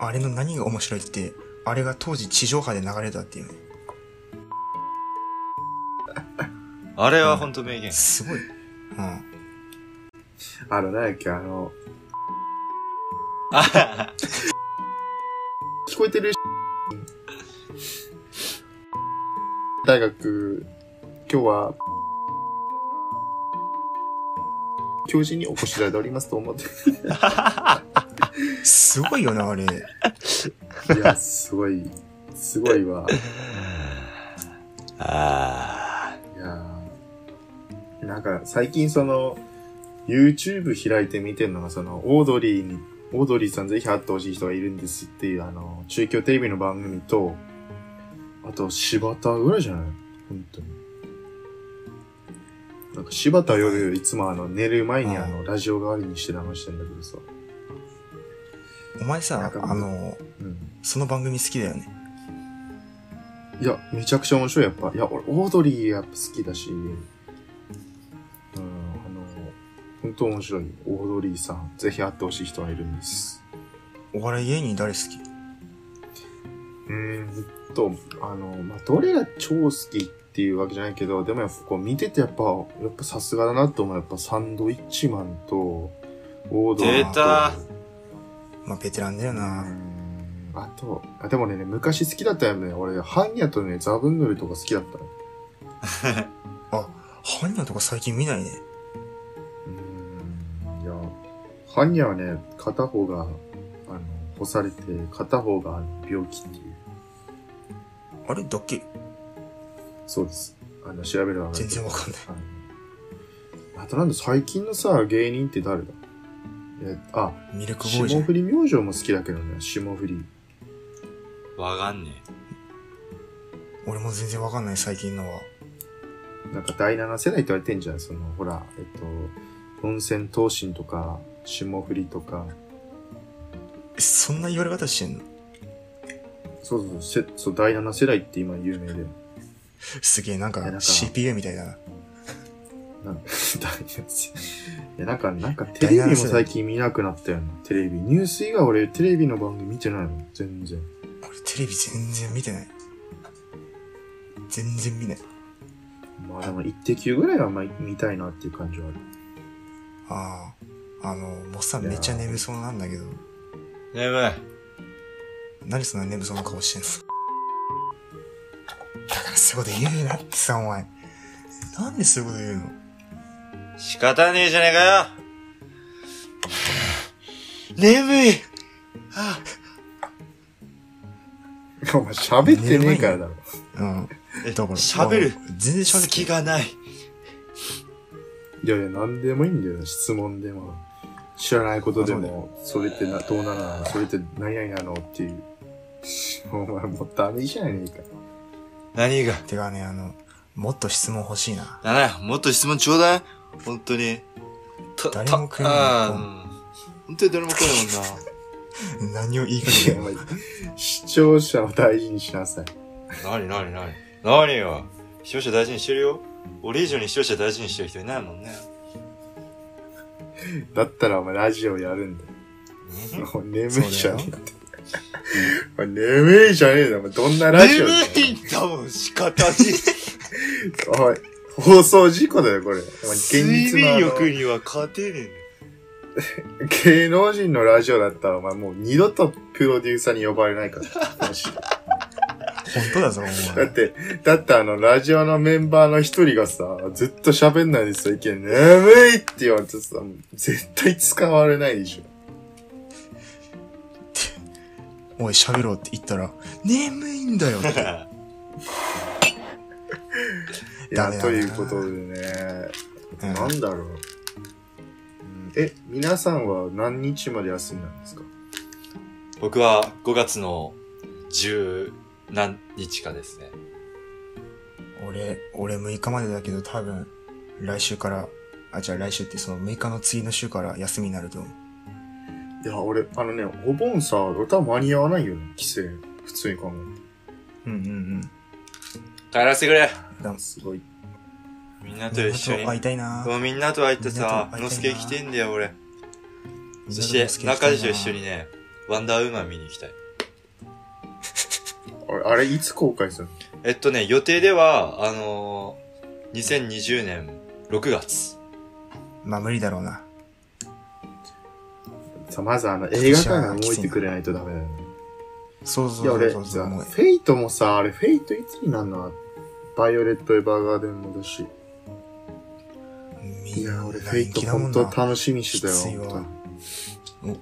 Speaker 3: あれの何が面白いって、あれが当時地上波で流れたっていうね。
Speaker 2: あれはほんと名言。
Speaker 3: すごい。うん。
Speaker 1: あの、なんやっけ、あの、
Speaker 2: あ
Speaker 1: 聞こえてる大学、今日は、教授にお越しいただいておりますと思って。
Speaker 3: すごいよな、あれ。
Speaker 1: いや、すごい、すごいわ。
Speaker 2: あ
Speaker 1: いやーなんか最近その YouTube 開いて見てんのがそのオードリーに、オードリーさんぜひ会ってほしい人がいるんですっていうあの中京テレビの番組と、あと柴田ぐらいじゃない本当に。なんか柴田夜いつもあの寝る前にあのラジオ代わりにして流してんだけどさ。
Speaker 3: お前
Speaker 1: な
Speaker 3: さ
Speaker 1: ん、か
Speaker 3: あの、
Speaker 1: うん。
Speaker 3: その番組好きだよね。
Speaker 1: いや、めちゃくちゃ面白いやっぱ。いや、俺オードリーやっぱ好きだし、うん、あの、本当面白い。オードリーさん、ぜひ会ってほしい人がいるんです。
Speaker 3: お笑い芸人誰好き
Speaker 1: うーんと、あの、まあ、どれが超好きっていうわけじゃないけど、でもやっぱこう見ててやっぱ、やっぱさすがだなと思う。やっぱサンドイッチマンと、オードリーと。
Speaker 3: 出
Speaker 2: た
Speaker 3: まあ、ベテランだよ
Speaker 1: うー
Speaker 3: な。
Speaker 1: んあと、あ、でもね、昔好きだったよね。俺、ハンニャとね、ザブングルとか好きだったの。
Speaker 3: ハニヤとか最近見ないね。
Speaker 1: うーんいや、ハンニャはね、片方が、あの、干されて、片方があの病気っていう。
Speaker 3: あれだっけ
Speaker 1: そうです。あの、調べればわかる
Speaker 3: 全然わかんない。
Speaker 1: あのあとなんだ、最近のさ、芸人って誰だえ、あ、
Speaker 3: ミルクボーイじ
Speaker 1: 霜
Speaker 3: ゃん
Speaker 1: 降。り明星も好きだけどね、霜降り。
Speaker 2: ーわかんね
Speaker 3: 俺も全然わかんない、最近のは。
Speaker 1: なんか第7世代って言われてんじゃん。その、ほら、えっと、温泉闘神とか、霜降りとか、
Speaker 3: えそんな言われ方してんの
Speaker 1: そうそうそう、せそう第7世代って今有名で。
Speaker 3: すげえ、なん
Speaker 1: いやなん
Speaker 3: か
Speaker 1: か
Speaker 3: CPU みたいだな。
Speaker 1: なんか、大丈いや、なんか、なんかテレビも最近見なくなったよね。テレビ。ニュース以外俺テレビの番組見てないの。全然。
Speaker 3: 俺テレビ全然見てない。全然見ない。
Speaker 1: まあでも、一滴ぐらいはまあ見たいなっていう感じはある。
Speaker 3: ああ。あの、もっさん
Speaker 1: いやー
Speaker 3: めっちゃ眠そうなんだけど、
Speaker 2: え。眠
Speaker 3: 何そんな眠そうな顔してんの だからそういうこと言うなってさ、お前。なんでそういうこと言うの
Speaker 2: い。仕方ねえじゃねえかよ。眠い。は
Speaker 1: お前喋ってねえからだろ。
Speaker 3: うん。
Speaker 2: え
Speaker 3: だから。
Speaker 2: 喋る
Speaker 3: あの。全然喋って
Speaker 2: 隙
Speaker 3: る。
Speaker 2: がない。
Speaker 1: いやいや、なんでもいいんだよな、質問でも。知らないことでも、それってな、どうなのそれって何々なのっていう。お前もうダメじゃねえか。
Speaker 2: 何が
Speaker 3: てかね、あの、もっと質問欲しいな。
Speaker 2: なな、もっと質問ちょうだい。本当に。た
Speaker 3: 誰も食
Speaker 2: た
Speaker 3: えない
Speaker 2: あーうん本当に誰も来ないもん
Speaker 3: 何を言いかけ
Speaker 1: い
Speaker 3: て
Speaker 1: や
Speaker 3: る
Speaker 1: お前視聴者を大事にしなさい。
Speaker 2: な。何何何何よ。視聴者大事にしてるよ。俺以上に視聴者大事にしてる人いないもんね。
Speaker 1: だったらお前ラジオやるんだよ。お前眠いじゃねえって。お前眠いじゃねえだろお前どんなラジオだよ
Speaker 2: 眠いんだもん、仕方に。
Speaker 1: おい、放送事故だよ、これ。お前現
Speaker 2: 睡
Speaker 1: 実の
Speaker 2: 眠
Speaker 1: あの
Speaker 2: 欲には勝てねえんだよ
Speaker 1: 芸能人のラジオだったら、お前もう二度とプロデューサーに呼ばれないから。マジで
Speaker 3: 本当だぞ、お
Speaker 1: だ
Speaker 3: 前
Speaker 1: っ。て、だってあの、ラジオのメンバーの一人がさ、ずっと喋んないでさ、意見、眠いって言われてさ、絶対使われないでしょ。
Speaker 3: おい、喋ろうって言ったら、眠いんだよって。
Speaker 1: いや
Speaker 3: ダ、メだな
Speaker 1: ということでね、
Speaker 3: うん
Speaker 1: なんだろう。うんえ、皆さんは何日まで休みなんですか
Speaker 2: 僕は5月の十何日かですね。
Speaker 3: 俺、俺6日までだけど多分、来週から、あ、じゃあ来週ってその6日の次の週から休みになると思
Speaker 1: い
Speaker 3: う。
Speaker 1: や、俺、あのね、お盆さ、俺多分間に合わないよね、帰省。普通に考え
Speaker 3: うんうん
Speaker 2: 帰らせてくれ
Speaker 3: うん。だ
Speaker 1: て。すごい。
Speaker 2: みんなと一緒
Speaker 3: みんなと会い
Speaker 2: に。
Speaker 3: たいな
Speaker 2: もうみんなと会ってさ、
Speaker 3: みんなと会いたいな
Speaker 2: のすけ来てんだよ、俺。
Speaker 3: みんな
Speaker 2: そ
Speaker 3: と
Speaker 2: して
Speaker 3: バス、ケ行きた
Speaker 2: 中
Speaker 3: いな
Speaker 2: 地と一緒にね、ワンダーウーマン見に行きたい。
Speaker 1: あれ、あれいつ公開するの
Speaker 2: えっとね、予定では、あのー、2020年6月。
Speaker 3: まあ無理だろうな。
Speaker 1: さ、まずあの、映画館が動いてくれないとダメだよね。
Speaker 3: そう
Speaker 1: いや、
Speaker 3: そう
Speaker 1: 俺、
Speaker 3: そう
Speaker 1: じ
Speaker 3: そ
Speaker 1: ゃ
Speaker 3: う。
Speaker 1: あ
Speaker 3: もう
Speaker 1: フェイトもさ、あれ、フェイトいつになるのバイオレット・エヴァーガーデンもだし。
Speaker 3: み
Speaker 1: い
Speaker 3: んな
Speaker 1: や、俺、フェイ
Speaker 3: 人
Speaker 1: ト
Speaker 3: 気だも
Speaker 1: 本
Speaker 3: ん
Speaker 1: 当
Speaker 3: な。
Speaker 1: 楽しみにしてた
Speaker 3: きつい
Speaker 1: よ、
Speaker 3: わ
Speaker 1: 本当に。い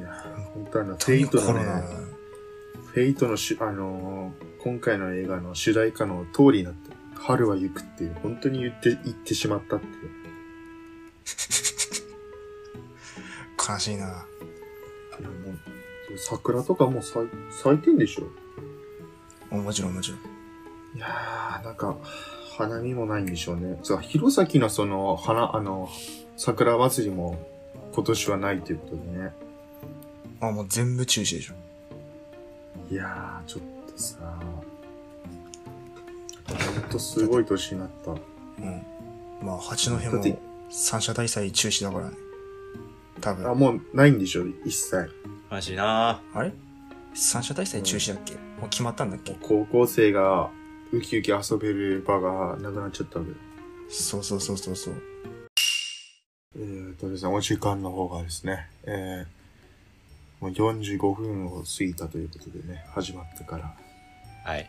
Speaker 1: や、本当はな、フェイ
Speaker 3: 本当
Speaker 1: ト
Speaker 3: にコ
Speaker 1: の
Speaker 3: ロナだ
Speaker 1: ね、
Speaker 3: な
Speaker 1: フェイトのし、あのー今回の映画の主題歌の通りになってる、春は行くっていう、本当に言って、言ってしまったっていう。
Speaker 3: 悲しいな。
Speaker 1: いやもう桜とかもう咲い咲いてんでしょ
Speaker 3: もちろんもちろん。
Speaker 1: いやー、なんか、花見もないんでしょうね。そう、弘前のその、花、あの、桜祭りも今年はないということでね。
Speaker 3: あ、もう全部中止でしょ。
Speaker 1: いやー、ちょっとさ、ほんとすごい年になった。
Speaker 3: うん。まあ八戸
Speaker 1: だって
Speaker 3: も三者大祭中止だからね。多
Speaker 1: あ、
Speaker 3: 分。
Speaker 1: もうないんでしょ一切。
Speaker 2: 悲しいな
Speaker 3: あれ三者大祭中止だっけもう決まったんだっけ
Speaker 1: 高校生がウキウキ遊べる場がなくなっちゃったわけで。
Speaker 3: そうそうそうそうそう。
Speaker 1: えーとですね、お時間の方がですね、えー、もう45分を過ぎたということでね、始まってから。
Speaker 2: はい。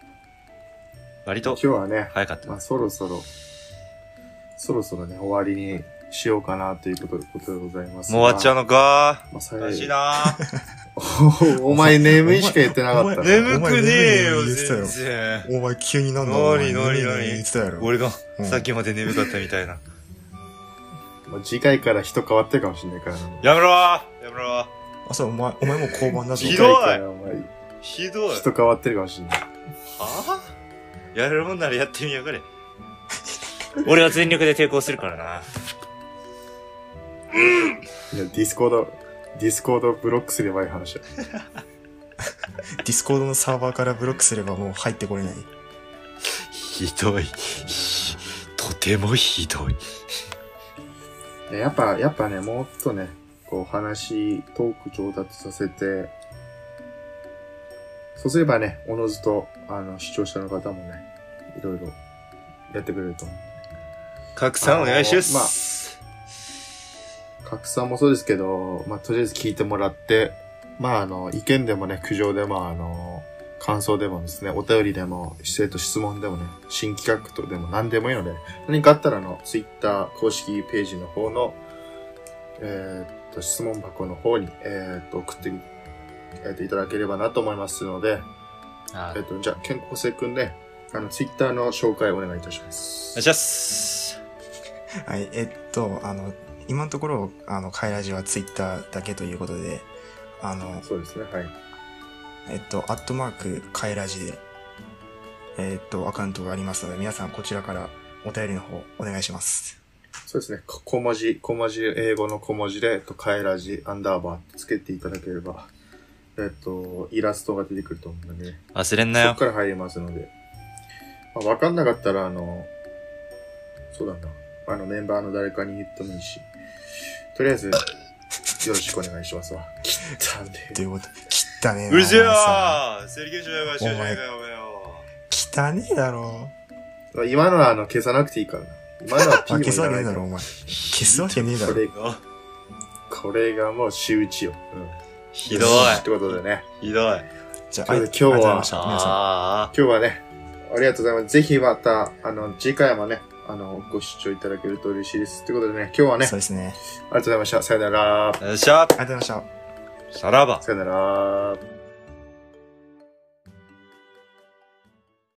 Speaker 2: 割
Speaker 1: 今
Speaker 2: と
Speaker 1: 日はね、
Speaker 2: 早かった
Speaker 1: ま
Speaker 2: な
Speaker 1: あそろそろ、そろそろね、終わりにしようかなということことでございますが。
Speaker 2: もう終わっちゃうのか
Speaker 1: まあ、最
Speaker 2: ー。悲しい
Speaker 1: 後
Speaker 2: な
Speaker 1: おお前眠いしか言ってなかった
Speaker 3: お
Speaker 1: な。
Speaker 3: 前
Speaker 2: 眠くねえよ、
Speaker 3: お
Speaker 2: 全
Speaker 3: 前眠いのに言って
Speaker 2: 然。
Speaker 3: お前急になんだ
Speaker 2: なに
Speaker 3: お
Speaker 2: なに
Speaker 3: 前眠いの
Speaker 2: なに
Speaker 3: 言ってたやろ。
Speaker 2: 俺が
Speaker 3: うん
Speaker 2: さっきまで眠かったみたいな。
Speaker 1: まあ次回から人変わってるかもしれないからな。
Speaker 2: やめろーやめろー
Speaker 3: あ、そう、お前、お前もう交番だぞ。
Speaker 2: ひ
Speaker 1: 次
Speaker 2: どい
Speaker 1: 回からお前
Speaker 2: ひどい。
Speaker 1: 人変わってるかもしれない。
Speaker 2: はぁやれるもんならやってみやがれ。俺は全力で抵抗するからな。
Speaker 1: いや、ディスコード、ディスコードブロックすればいい話だ。
Speaker 3: ディスコードのサーバーからブロックすればもう入ってこれない。
Speaker 2: ひどい。ひとてもひどい。
Speaker 1: でやっぱ、やっぱね、もっとね、こう話、トーク上達させて、そうすればね、おのずと、あの、視聴者の方もね、いろいろやってくれると思
Speaker 2: 拡散お願いしま
Speaker 1: あの
Speaker 2: す。
Speaker 1: う。拡散もそうですけど、まあ、とりあえず聞いてもらって、まあ、あの、意見でもね、苦情でも、あの、感想でもですね、お便りでも、姿勢と質問でもね、新企画とでも何でもいいので、何かあったら、あの、ツイッター公式ページの方の、えーっと、質問箱の方に、えーっと、送ってえっと、いただければなと思いますので、
Speaker 4: あ
Speaker 1: えっと、じゃあ、健康生くんで、あの、ツイッターの紹介お願いいたします。
Speaker 4: お願いします。
Speaker 3: はい、えっと、あの、今のところ、あの、カイラジはツイッターだけということで、あの、
Speaker 1: そうですね、はい。
Speaker 3: えっと、アットマーク、カエラジで、えっと、アカウントがありますので、皆さんこちらからお便りの方、お願いします。
Speaker 1: そうですね、こ小文字、小文字、英語の小文字で、えっと、カエラジ、アンダーバーってつけていただければ、えっと、イラストが出てくると思うんでね。
Speaker 4: 忘れんな
Speaker 1: そこ
Speaker 4: よ。
Speaker 1: から入りますので。まあ、わかんなかったら、あの、そうだな。あの、メンバーの誰かに言ってもいいし。とりあえず、よろしくお願いしますわ。切ったん
Speaker 3: と
Speaker 1: で。
Speaker 3: いうことで、汚ねえな。
Speaker 2: うるせえよ
Speaker 3: お前さ
Speaker 2: ー整理券しろよ、しろよ、しろよ、お前よ。
Speaker 3: 汚ねえだろ。
Speaker 1: まあ今のは、あの、消さなくていいからな。今のは
Speaker 3: あ、
Speaker 1: ピーも
Speaker 3: 消すわ
Speaker 1: い
Speaker 3: け
Speaker 1: ら
Speaker 3: ね
Speaker 1: な
Speaker 3: え
Speaker 1: いか
Speaker 3: だ
Speaker 1: ら
Speaker 3: ろ、お前。消すわけねえだ
Speaker 1: こ
Speaker 3: ろ。
Speaker 1: れ、
Speaker 2: あ
Speaker 1: これがもう仕打ちよ。うん。
Speaker 2: ひど
Speaker 1: よしってことでね。
Speaker 2: い、ひどい。
Speaker 3: じゃあ、
Speaker 1: と
Speaker 3: あ
Speaker 1: いうことで
Speaker 3: りがとうござい
Speaker 1: 今
Speaker 3: ま
Speaker 1: 日
Speaker 3: した。皆さん。
Speaker 2: あ
Speaker 1: 今日はね、ありがとうございます。ぜひまた、あの、次回もね、あの、ご視聴いただけると嬉しいです。ということでね、今日はね、あ
Speaker 3: そうですね。
Speaker 1: りがとうございました。さよなら
Speaker 2: あ。。よっしゃ
Speaker 3: ありがとうございました。
Speaker 2: さらば。
Speaker 1: さよなら。